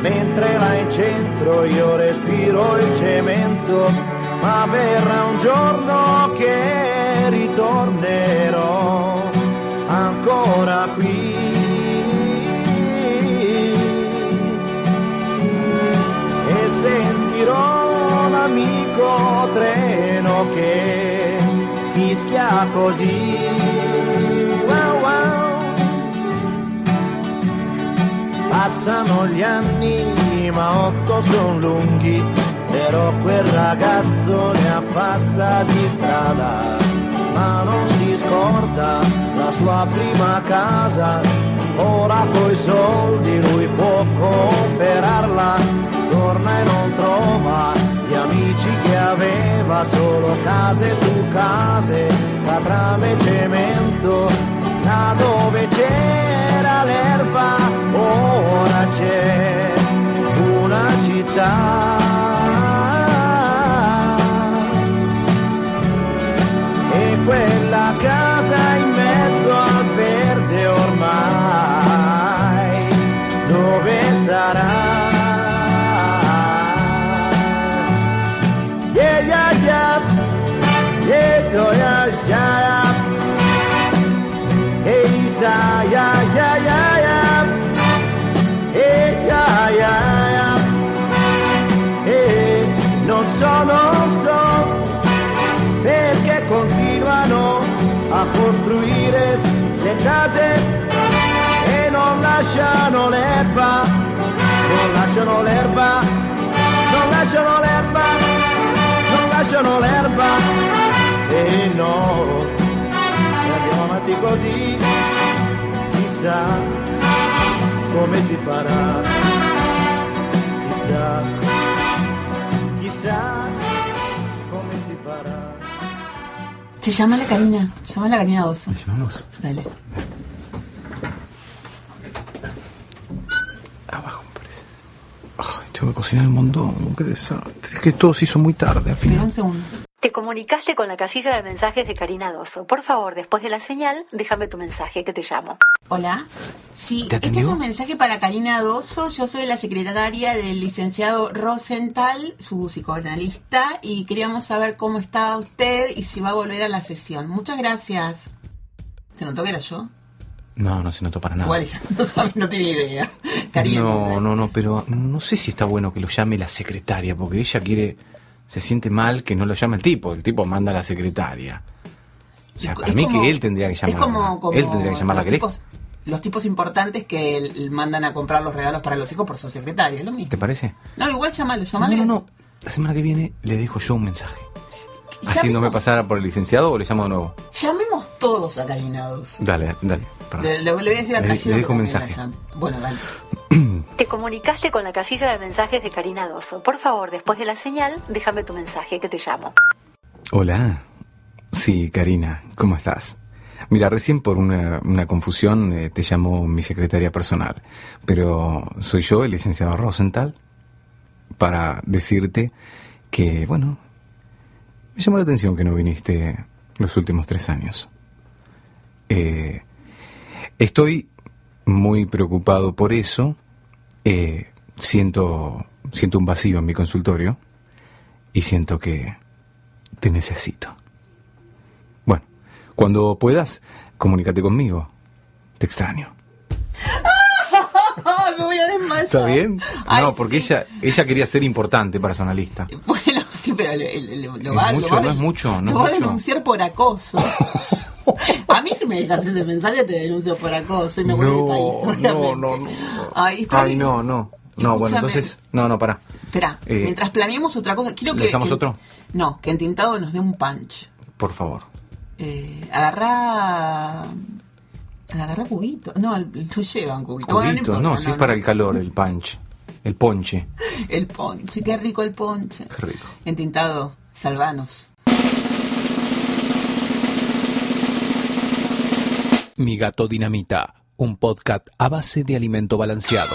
Speaker 11: mentre là in centro io respiro il cemento ma verrà un giorno che ritornerò ancora qui. E sentirò l'amico treno che fischia così. Wow, wow. Passano gli anni, ma otto son lunghi, però quel ragazzo ne ha fatta di strada, ma non si scorda la sua prima casa, ora coi soldi lui può comprarla, torna e non trova gli amici che aveva, solo case su case, da trame e cemento, là dove c'era l'erba, ora c'è una città e quella casa in mezzo al verde ormai dove sarà yeah, yeah, yeah. Yeah, yeah, yeah, yeah. Hey, sa, yeah, yeah, yeah, yeah. Hey, yeah, yeah, yeah. Eh, non so, non so perché continuano a costruire le case e non lasciano l'erba, non lasciano l'erba, non lasciano l'erba, non lasciano l'erba e no, e andiamo avanti così, chissà come si farà, chissà, chissà come si farà.
Speaker 1: Che llama la Karina. Llama la Karina Doso.
Speaker 2: Vamos.
Speaker 1: Dale.
Speaker 2: Ay, tengo que cocinar un montón. Qué desastre. Es que todo se hizo muy tarde al final.
Speaker 4: Te comunicaste con la casilla de mensajes de Karina Doso. Por favor, después de la señal, déjame tu mensaje que te llamo.
Speaker 1: Hola. Sí,
Speaker 4: ¿Te
Speaker 1: este es
Speaker 4: atendió?
Speaker 1: un mensaje para Karina Doso. Yo soy la secretaria del licenciado Rosenthal, su psicoanalista, y queríamos saber cómo estaba usted y si va a volver a la sesión. Muchas gracias. ¿Se notó que era yo?
Speaker 2: No, no se notó para nada.
Speaker 1: Igual ella no sabe, no tiene idea. Karina.
Speaker 2: No, no, no, pero no sé si está bueno que lo llame la secretaria, porque ella quiere, se siente mal que no lo llame el tipo, el tipo manda a la secretaria. O sea,
Speaker 1: Es
Speaker 2: para mí
Speaker 1: como-
Speaker 2: que él tendría que
Speaker 1: Es
Speaker 2: llamarla.
Speaker 1: como, como
Speaker 2: él tendría que llamarla,
Speaker 1: los,
Speaker 2: ¿querés?
Speaker 1: tipos, los tipos importantes que l- mandan a comprar los regalos para los hijos por su secretaria, es lo mismo.
Speaker 2: ¿Te parece?
Speaker 1: No, igual llamalo, llamalo.
Speaker 2: No, no, no. La semana que viene le dejo yo un mensaje.
Speaker 1: Ya
Speaker 2: Haciéndome pasar por el licenciado o le llamo de nuevo.
Speaker 1: Llamemos todos a Karina Doso.
Speaker 2: Dale, dale. perdón.
Speaker 1: Le, le- le voy a decir a
Speaker 2: Le-
Speaker 1: Cayo
Speaker 2: le
Speaker 1: que
Speaker 2: dejo un
Speaker 1: también la
Speaker 2: mensaje.
Speaker 1: llame. Bueno, dale.
Speaker 4: Te comunicaste con la casilla de mensajes de Karina Doso. Por favor, después de la señal, déjame tu mensaje que te llamo.
Speaker 2: Hola. Sí, Karina, ¿cómo estás? Mira, recién por una, una confusión eh, te llamó mi secretaria personal, pero soy yo, el licenciado Rosenthal, para decirte que, bueno, me llamó la atención que no viniste los últimos tres años. Eh, estoy muy preocupado por eso, eh, siento, siento un vacío en mi consultorio y siento que te necesito. Bueno, cuando puedas, comunícate conmigo. Te extraño.
Speaker 1: Me voy a desmayar.
Speaker 2: ¿Está bien?
Speaker 1: Ay,
Speaker 2: no, porque ella ella quería ser importante para su analista.
Speaker 1: Bueno, sí, pero le- le- le- lo
Speaker 2: Es
Speaker 1: va, lo
Speaker 2: mucho,
Speaker 1: va-
Speaker 2: no es mucho, no
Speaker 1: lo
Speaker 2: es
Speaker 1: va a
Speaker 2: mucho.
Speaker 1: denunciar por acoso. A mí si me dejas ese mensaje te denuncio por acoso y me voy del país.
Speaker 2: No, no, no, no.
Speaker 1: Ay, está
Speaker 2: Ay,
Speaker 1: bien.
Speaker 2: no, no. No, bueno,
Speaker 1: Escúchame.
Speaker 2: entonces. No, no, pará.
Speaker 1: Espera,
Speaker 2: Eh,
Speaker 1: mientras planeamos otra cosa, quiero que.
Speaker 2: ¿Dejamos
Speaker 1: que-
Speaker 2: otro?
Speaker 1: No, que Entintado nos dé un punch.
Speaker 2: Por favor.
Speaker 1: Eh, agarrá. Agarrá cubito. No, el- no llevan cubito. Bueno,
Speaker 2: Cubito,
Speaker 1: importa,
Speaker 2: no, si es para el calor, el punch. El ponche.
Speaker 1: El ponche, qué rico el ponche.
Speaker 2: Qué rico.
Speaker 1: Entintado, salvanos.
Speaker 8: Mi gato dinamita, un podcast a base de alimento balanceado.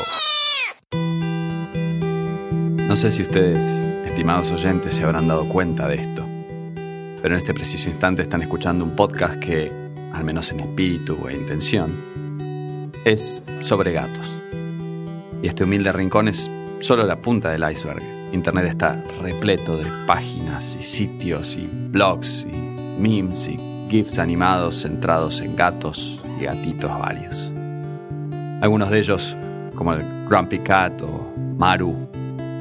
Speaker 12: No sé si ustedes, estimados oyentes, se habrán dado cuenta de esto, pero en este preciso instante están escuchando un podcast que, al menos en espíritu e intención, es sobre gatos. Y este humilde rincón es solo la punta del iceberg. Internet está repleto de páginas y sitios y blogs y memes y GIFs animados centrados en gatos y gatitos varios. Algunos de ellos, como el Grumpy Cat o Maru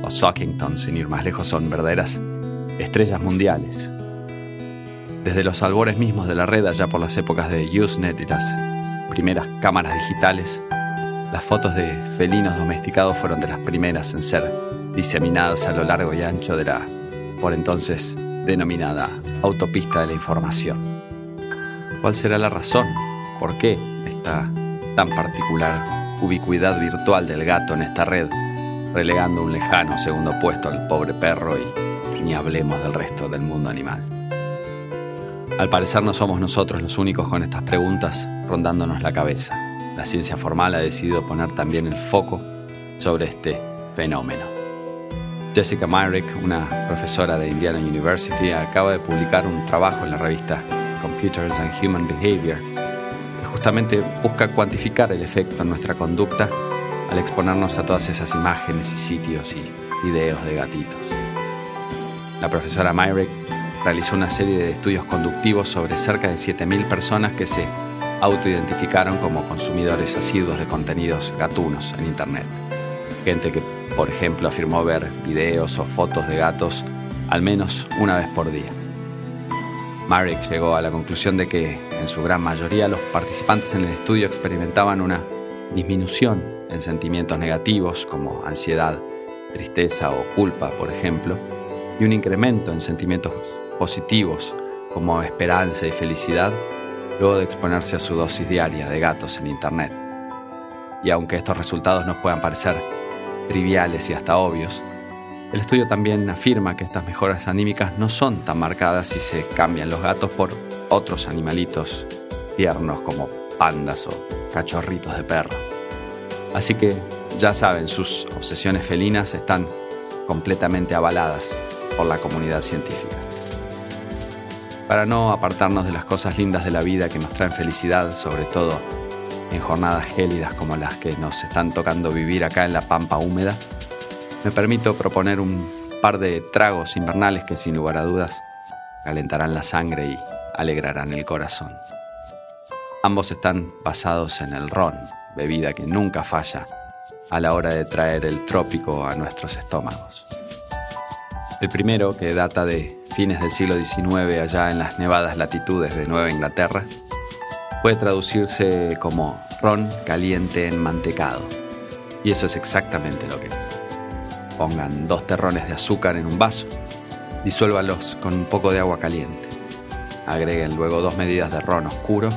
Speaker 12: o Sockington, sin ir más lejos, son verdaderas estrellas mundiales. Desde los albores mismos de la red, allá por las épocas de Usenet y las primeras cámaras digitales, las fotos de felinos domesticados fueron de las primeras en ser diseminadas a lo largo y ancho de la, por entonces, denominada autopista de la información. ¿Cuál será la razón? ¿Por qué esta tan particular ubicuidad virtual del gato en esta red? relegando un lejano segundo puesto al pobre perro y ni hablemos del resto del mundo animal. Al parecer no somos nosotros los únicos con estas preguntas rondándonos la cabeza. La ciencia formal ha decidido poner también el foco sobre este fenómeno. Jessica Myrick, una profesora de Indiana University, acaba de publicar un trabajo en la revista Computers and Human Behavior que justamente busca cuantificar el efecto en nuestra conducta al exponernos a todas esas imágenes y sitios y videos de gatitos. La profesora Myrick realizó una serie de estudios conductivos sobre cerca de 7.000 personas que se autoidentificaron como consumidores asiduos de contenidos gatunos en Internet. Gente que, por ejemplo, afirmó ver videos o fotos de gatos al menos una vez por día. Myrick llegó a la conclusión de que, en su gran mayoría, los participantes en el estudio experimentaban una disminución en sentimientos negativos como ansiedad, tristeza o culpa, por ejemplo, y un incremento en sentimientos positivos como esperanza y felicidad luego de exponerse a su dosis diaria de gatos en Internet. Y aunque estos resultados nos puedan parecer triviales y hasta obvios, el estudio también afirma que estas mejoras anímicas no son tan marcadas si se cambian los gatos por otros animalitos tiernos como pandas o cachorritos de perro. Así que, ya saben, sus obsesiones felinas están completamente avaladas por la comunidad científica. Para no apartarnos de las cosas lindas de la vida que nos traen felicidad, sobre todo en jornadas gélidas como las que nos están tocando vivir acá en la pampa húmeda, me permito proponer un par de tragos invernales que sin lugar a dudas calentarán la sangre y alegrarán el corazón. Ambos están basados en el ron, bebida que nunca falla a la hora de traer el trópico a nuestros estómagos. El primero, que data de fines del siglo XIX allá en las nevadas latitudes de Nueva Inglaterra, puede traducirse como ron caliente en mantecado. Y eso es exactamente lo que es. Pongan dos terrones de azúcar en un vaso, disuélvalos con un poco de agua caliente. Agreguen luego dos medidas de ron oscuro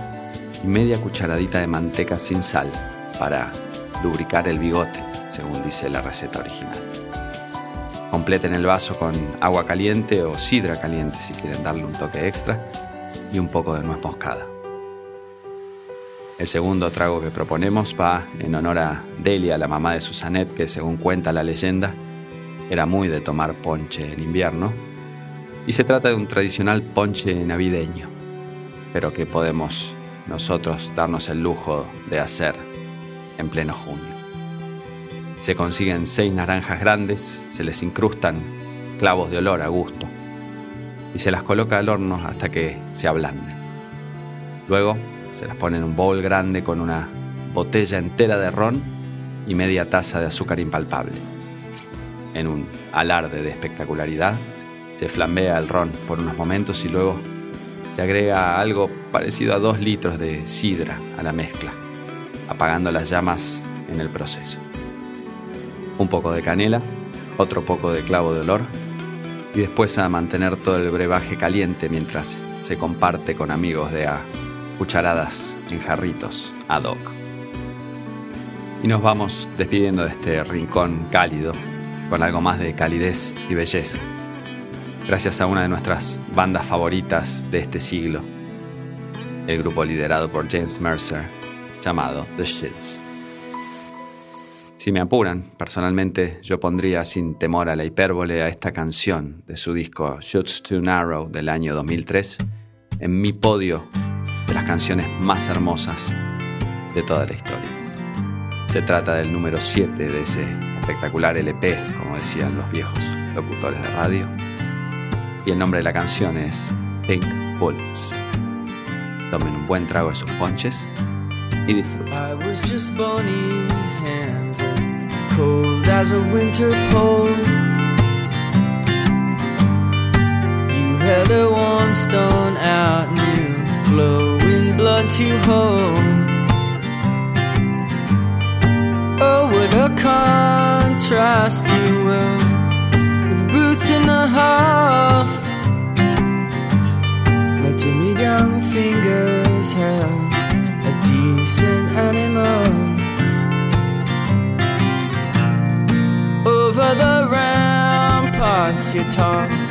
Speaker 12: y media cucharadita de manteca sin sal para lubricar el bigote, según dice la receta original. Completen el vaso con agua caliente o sidra caliente si quieren darle un toque extra y un poco de nuez moscada. El segundo trago que proponemos va en honor a Delia, la mamá de Susanet, que según cuenta la leyenda, era muy de tomar ponche en invierno. Y se trata de un tradicional ponche navideño, pero que podemos nosotros darnos el lujo de hacer en pleno junio. Se consiguen seis naranjas grandes, se les incrustan clavos de olor a gusto y se las coloca al horno hasta que se ablanden. Luego se las pone en un bowl grande con una botella entera de ron y media taza de azúcar impalpable. En un alarde de espectacularidad, se flambea el ron por unos momentos y luego se agrega algo parecido a dos litros de sidra a la mezcla, apagando las llamas en el proceso. un poco de canela, otro poco de clavo de olor y después a mantener todo el brebaje caliente mientras se comparte con amigos de a cucharadas en jarritos ad hoc. Y nos vamos despidiendo de este rincón cálido con algo más de calidez y belleza. Gracias a una de nuestras bandas favoritas de este siglo, el grupo liderado por James Mercer, llamado The Shits. Si me apuran, personalmente yo pondría sin temor a la hipérbole a esta canción de su disco Shoots Too Narrow del año 2003 en mi podio de las canciones más hermosas de toda la historia. Se trata del número 7 de ese espectacular LP, como decían los viejos locutores de radio, y el nombre de la canción es Pink Bullets. Tomen un buen trago de sus ponches y disfruten.
Speaker 13: I was just bony hands as cold as a winter pole. You held a warm stone out new, flowing blood to hold. Oh, what a contrast you were with roots in the hearth. My timid young fingers held a decent animal over the ramparts you tossed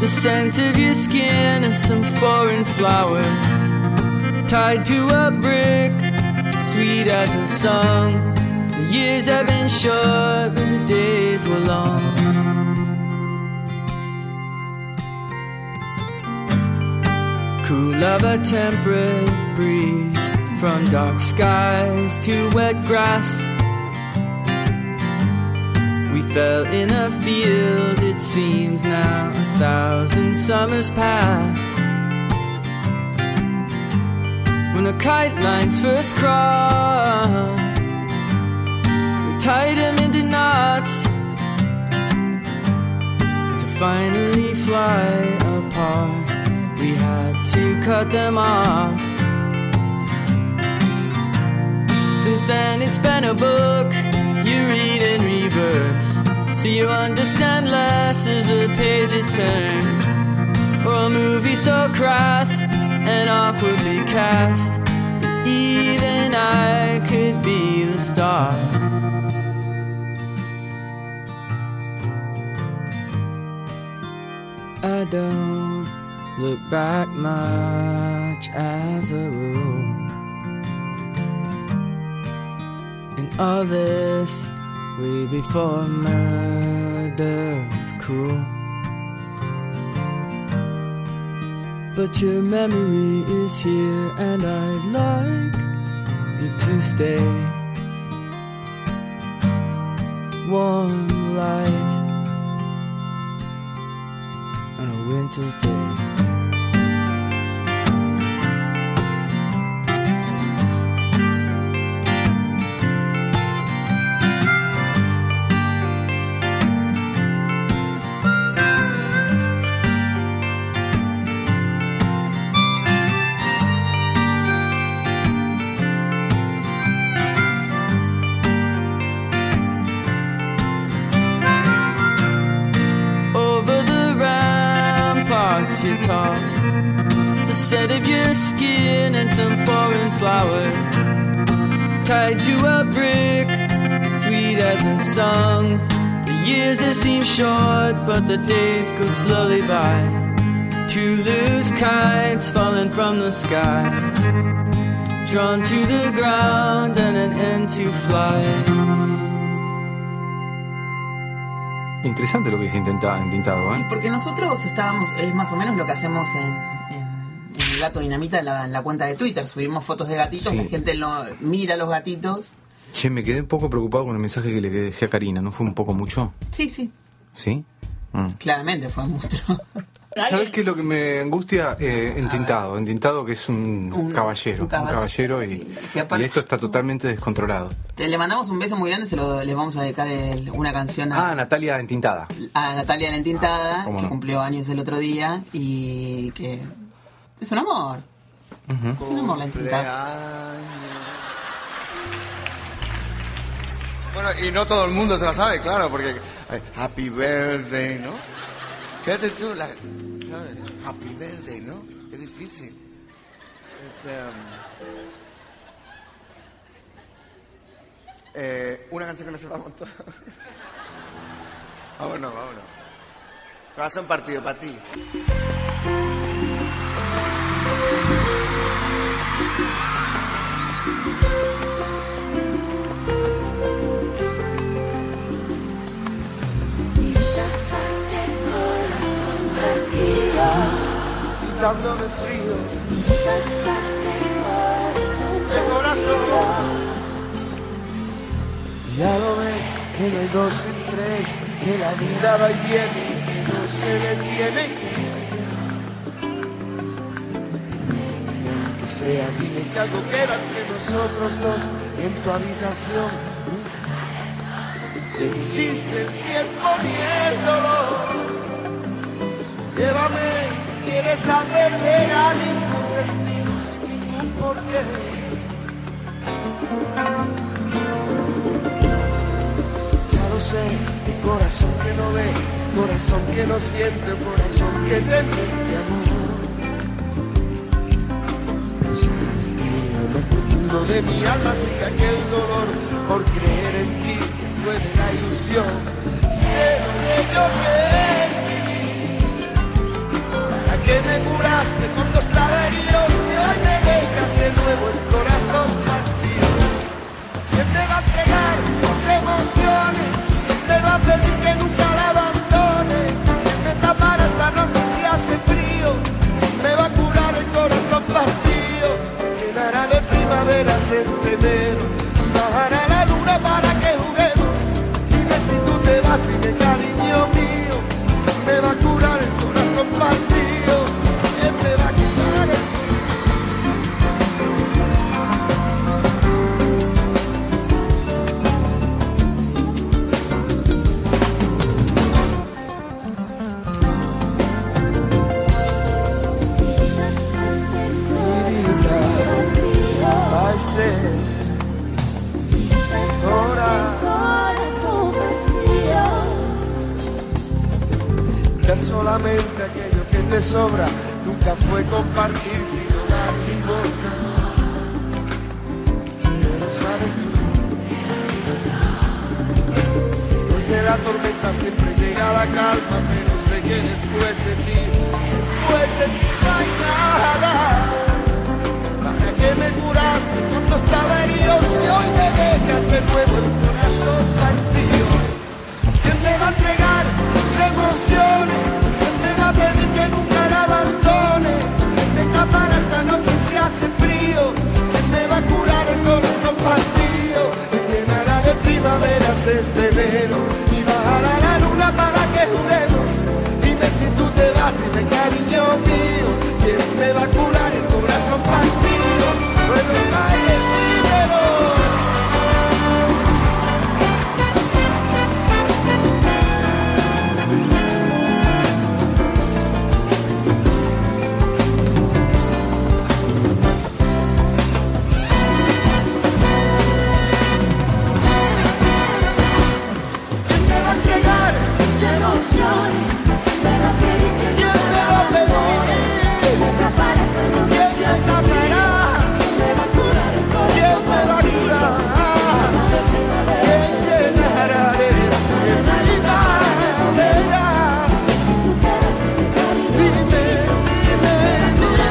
Speaker 13: the scent of your skin and some foreign flowers tied to a brick sweet as a song the years have been short but the days were long Cool of a temperate breeze From dark skies to wet grass We fell in a field It seems now a thousand summers past When the kite lines first crossed We tied them into knots To finally fly apart we had to cut them off. Since then, it's been a book you read in reverse. So you understand less as the pages turn. Or a movie so crass and awkwardly cast that even I could be the star. I don't look back much as a rule. And all this way before murder was cool. But your memory is here, and I'd like you to stay. Warm light on a winter's day. over the ramparts you tossed. The scent of your skin and some foreign flower tied to a brick, sweet as a song. The years have seemed short, but the days go slowly by. Two loose kites falling from the sky, drawn to the ground and an end to fly.
Speaker 2: Interesante lo que dice intenta, Intintado, ¿eh?
Speaker 1: Porque nosotros estábamos, es más o menos lo que hacemos en, en- en el Gato Dinamita, en la, en la cuenta de Twitter. Subimos fotos de gatitos,
Speaker 2: Sí.
Speaker 1: la gente lo, mira los gatitos.
Speaker 2: Che, me quedé un poco preocupado con el mensaje que le dejé a Karina, ¿no fue un poco mucho?
Speaker 1: Sí, sí,
Speaker 2: ¿Sí? Mm.
Speaker 1: claramente fue mucho.
Speaker 2: ¿Sabes qué es lo que me angustia? Eh, entintado, entintado que es un,
Speaker 1: Un-
Speaker 2: caballero,
Speaker 1: un
Speaker 2: un
Speaker 1: caball-
Speaker 2: caballero y,
Speaker 1: que aparte-
Speaker 2: y esto está totalmente descontrolado.
Speaker 1: Te- le mandamos un beso muy grande, se lo, le vamos a dedicar el- una canción a,
Speaker 2: Ah, Natalia entintada.
Speaker 1: a Natalia la Entintada,
Speaker 2: cómo
Speaker 1: que
Speaker 2: no.
Speaker 1: cumplió años el otro día y que es un amor. Es un amor la Entintada.
Speaker 14: Bueno, y no todo el mundo se la sabe, claro, porque eh, Happy Birthday, ¿no? Fíjate tú, la, ¿sabes? Happy Birthday, ¿no? Qué difícil. Este, um, eh, una canción que nos sepamos todos. vámonos, vámonos. Corazón partido para ti.
Speaker 15: Dando de frío,
Speaker 9: de
Speaker 15: corazón. Ya lo ves, que no hay dos en tres, que la vida va y viene, que no se detiene, que sea. Que sea, dime que algo queda entre nosotros dos en tu habitación. Existe el tiempo ni el dolor. Llévame si quieres saber de a ningún destino sin ningún porqué. Ya lo sé, corazón que no ve, es corazón que no siente, corazón que te miente, amor. Sabes que en lo más profundo de mi alma sigue aquel dolor por creer en ti que fue de la ilusión de lo bello que es vivir. ¿Para que me curaste cuando estaba herido? Si hoy me dejas de nuevo el corazón partido. ¿Quién te va a entregar tus emociones? ¿Quién te va a pedir que nunca la abandone? ¿Quién me tapará esta noche si hace frío? ¿Quién me va a curar el corazón partido? Llenará de primaveras este enero y bajará la luna para que juguemos. Dime si tú te vas, dime cariño mío. ¿Quién me va a curar el corazón partido? ¿Quién me va a quitar el a este corazón Dar solamente aquello que te sobra Nunca fue compartir sino dar mi costa Si no lo sabes tú Después de la tormenta siempre llega la calma Pero sé que después de ti Después de ti no hay nada ¿Para qué me curaste cuando estaba herido? Si hoy me dejas de nuevo el corazón partido. ¿Quién me va a entregar sus emociones? ¿Quién me va a pedir que nunca la abandone? ¿Quién me tapará esa noche si hace frío? ¿Quién me va a curar el corazón partido? ¿Quién llenará de primaveras este enero? Y bajará la luna para que juguemos. Dime si tú te vas, dime cariño mío. ¿Quién me va a curar el corazón partido? Buenos Aires, dinero. ¿Quién me va a entregar sus emociones? ¿Quién me va a pedir que yo te va a pedir? ¿Quién me tapará esta noche si has tapará? ¿Quién me va a curar el corazón? ¿Quién me va a curar? ¿Quién llenará de primavera? Dime, dime, dime. ¿Quién me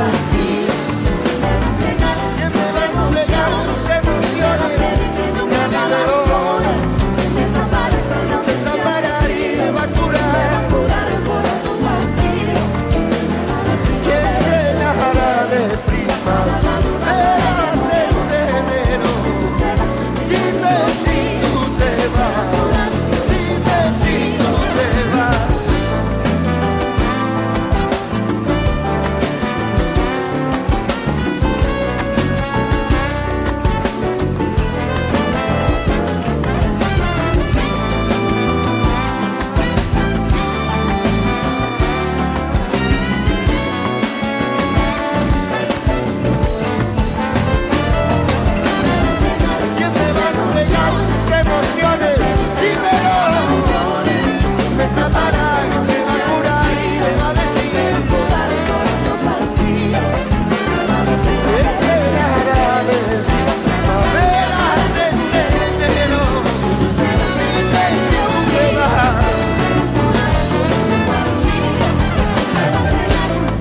Speaker 15: va a entregar sus emociones? Nunca te lo voy a tapar esta noche, me va a curar.
Speaker 9: este
Speaker 6: este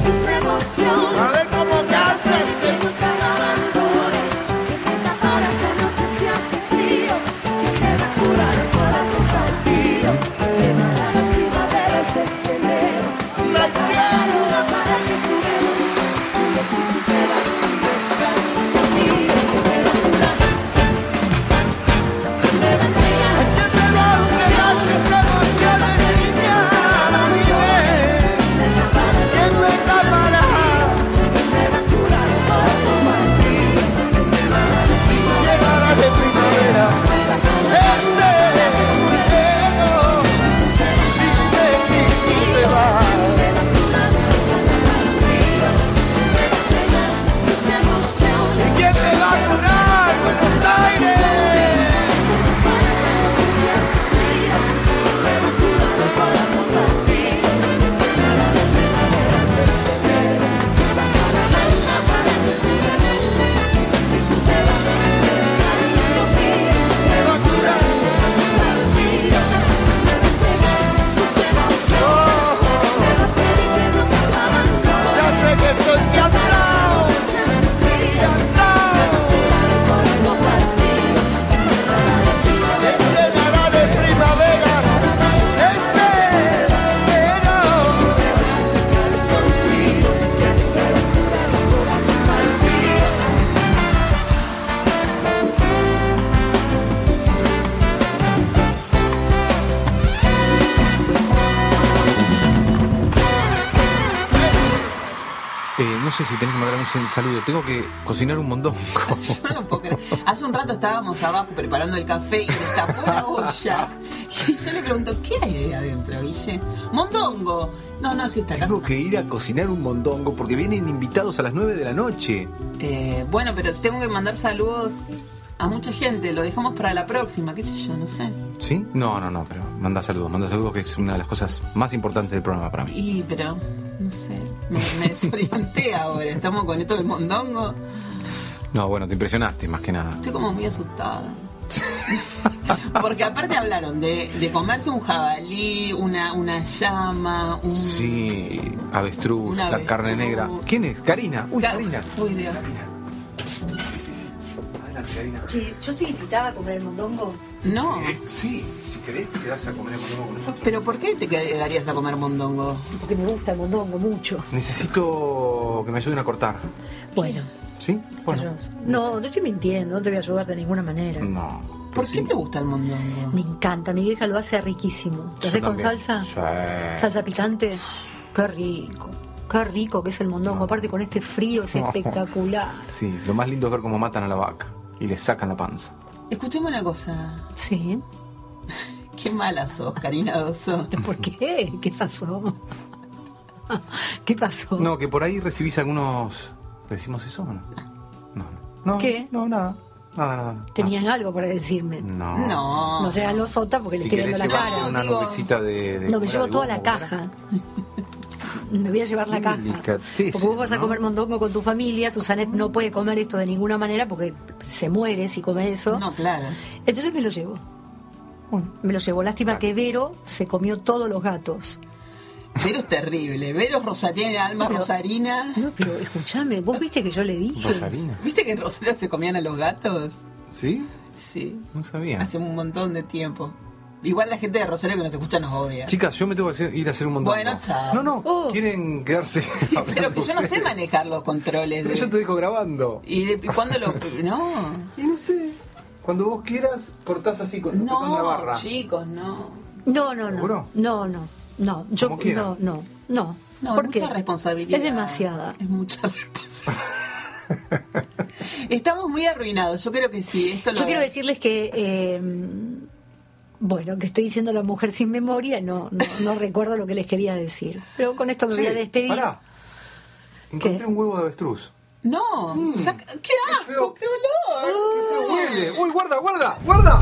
Speaker 6: Sus emociones. A ver cómo canta. este. Que nunca abandone. Que grita para esa noche si hace frío. Que quiera curar el corazón partido. Que no la primavera es este enero. Y la luna para que juguemos. Dime si tú te vas a inventar conmigo. Que quiera curar. Que me bendiga. Que se lo que haces emociona, niña. La vive. ¿Quién me tapará? Llegará de primavera este verano Dime si tú te vas ¿Y quién te va a curar? Buenos Aires Ya sé que estoy cantado, cantado. Este será de primavera, este verano.
Speaker 2: Eh, no sé si tenés que mandar un saludo. Tengo que cocinar un montón.
Speaker 1: Hace un rato estábamos abajo preparando el café y destapó la olla. Y yo le pregunto, ¿qué hay ahí adentro, Guille? ¡Mondongo! No, no, si está acá.
Speaker 2: Tengo que ir a cocinar un mondongo porque vienen invitados a las 9 de la noche.
Speaker 1: Eh, bueno, pero tengo que mandar saludos a mucha gente. Lo dejamos para la próxima, qué sé yo, no sé.
Speaker 2: ¿Sí? No, no, no, pero manda saludos. Manda saludos que es una de las cosas más importantes del programa para mí.
Speaker 1: Y, pero, no sé. Me, me desorienté ahora. Estamos con esto del mondongo.
Speaker 2: No, bueno, te impresionaste más que nada.
Speaker 1: Estoy como muy asustada. Porque aparte hablaron de, de comerse un jabalí, una, una llama, un...
Speaker 2: Sí, avestruz,
Speaker 1: Una
Speaker 2: la carne
Speaker 1: avestruz.
Speaker 2: negra. ¿Quién es? Karina. Uy,
Speaker 1: Ca-
Speaker 2: Karina.
Speaker 1: Uy, Dios.
Speaker 2: Adelante, Karina.
Speaker 4: Che, yo estoy invitada a comer el mondongo.
Speaker 1: No.
Speaker 2: sí, si querés te quedás a comer el mondongo con nosotros.
Speaker 1: ¿Pero por qué te quedarías a comer mondongo?
Speaker 10: Porque me gusta el mondongo mucho.
Speaker 2: Necesito que me ayuden a cortar.
Speaker 4: Bueno.
Speaker 2: ¿Sí? Bueno.
Speaker 4: No, te estoy mintiendo, no te voy a ayudar de ninguna manera.
Speaker 2: No.
Speaker 1: ¿Por qué te gusta el mondongo?
Speaker 4: Me encanta, mi vieja lo hace riquísimo. ¿Lo
Speaker 1: Yo
Speaker 4: hace con
Speaker 1: también.
Speaker 4: salsa?
Speaker 2: Sí.
Speaker 4: ¿Salsa picante? Qué rico, qué rico que es el mondongo. Aparte con este frío es
Speaker 2: No.
Speaker 4: espectacular.
Speaker 2: Sí, lo más lindo es ver cómo matan a la vaca y le sacan la panza.
Speaker 1: Escuchame una cosa.
Speaker 4: Sí.
Speaker 1: Qué mala sos, Karina Doso.
Speaker 4: ¿Por qué? ¿Qué pasó? ¿Qué pasó?
Speaker 2: No, que por ahí recibís algunos. ¿Te decimos eso o no? No,
Speaker 4: ¿Qué?
Speaker 2: No, nada. Nada, nada. nada.
Speaker 4: ¿Tenían algo para decirme?
Speaker 2: No.
Speaker 4: No. No sean los sotas porque le
Speaker 2: Si
Speaker 4: estoy
Speaker 2: querés
Speaker 4: viendo la
Speaker 2: llevarte
Speaker 4: cara.
Speaker 2: una nubecita de, de-
Speaker 4: No, me
Speaker 2: ¿cómo
Speaker 4: llevo
Speaker 2: era?
Speaker 4: toda
Speaker 2: De
Speaker 4: la
Speaker 2: humo,
Speaker 4: caja. Me voy a llevar la
Speaker 2: Qué
Speaker 4: caja.
Speaker 2: delicateza,
Speaker 4: Porque vos vas a
Speaker 2: ¿no?
Speaker 4: comer mondongo con tu familia, Susanet no puede comer esto de ninguna manera porque se muere si come eso.
Speaker 1: No, claro.
Speaker 4: Entonces me lo llevo. Bueno, Me lo llevo. Lástima que Vero se comió todos los gatos.
Speaker 1: Vero es terrible. Vero es rosarina, alma
Speaker 4: Pero-
Speaker 1: rosarina.
Speaker 4: No, pero escúchame, vos viste que yo le dije.
Speaker 2: Rosarina.
Speaker 1: ¿Viste que en Rosario se comían a los gatos?
Speaker 2: ¿Sí?
Speaker 1: Sí.
Speaker 2: No sabía.
Speaker 1: Hace un montón de tiempo. Igual la gente de Rosario que nos escucha nos odia.
Speaker 2: Chicas, yo me tengo que hacer- ir a hacer un montón.
Speaker 1: Bueno, chao.
Speaker 2: No, no,
Speaker 4: uh.
Speaker 2: quieren quedarse.
Speaker 1: Pero que yo no sé manejar los controles.
Speaker 2: Pero yo
Speaker 1: De...
Speaker 2: te dejo grabando.
Speaker 1: ¿Y de- cuándo lo.? No.
Speaker 2: Y no sé. Cuando vos quieras, cortás así con, con la barra.
Speaker 1: No, chicos, no.
Speaker 4: No, no, no.
Speaker 2: ¿Seguro?
Speaker 4: No, no. No, yo
Speaker 2: Como quiera.
Speaker 4: no, no, no.
Speaker 1: No,
Speaker 4: ¿Por
Speaker 1: es mucha
Speaker 4: qué?
Speaker 1: responsabilidad.
Speaker 4: Es demasiada.
Speaker 1: Es mucha responsabilidad. Estamos muy arruinados. Yo creo que sí. Esto lo
Speaker 4: Yo quiero decirles que, eh, bueno, que estoy diciendo la mujer sin memoria, no, no, no recuerdo lo que les quería decir. Pero con esto me voy a
Speaker 2: Che,
Speaker 4: despedir.
Speaker 2: Pará. Encontré un huevo de avestruz. Mm.
Speaker 1: No, saca- qué asco, qué olor.
Speaker 2: Huele. ¡Uy, guarda, guarda, guarda!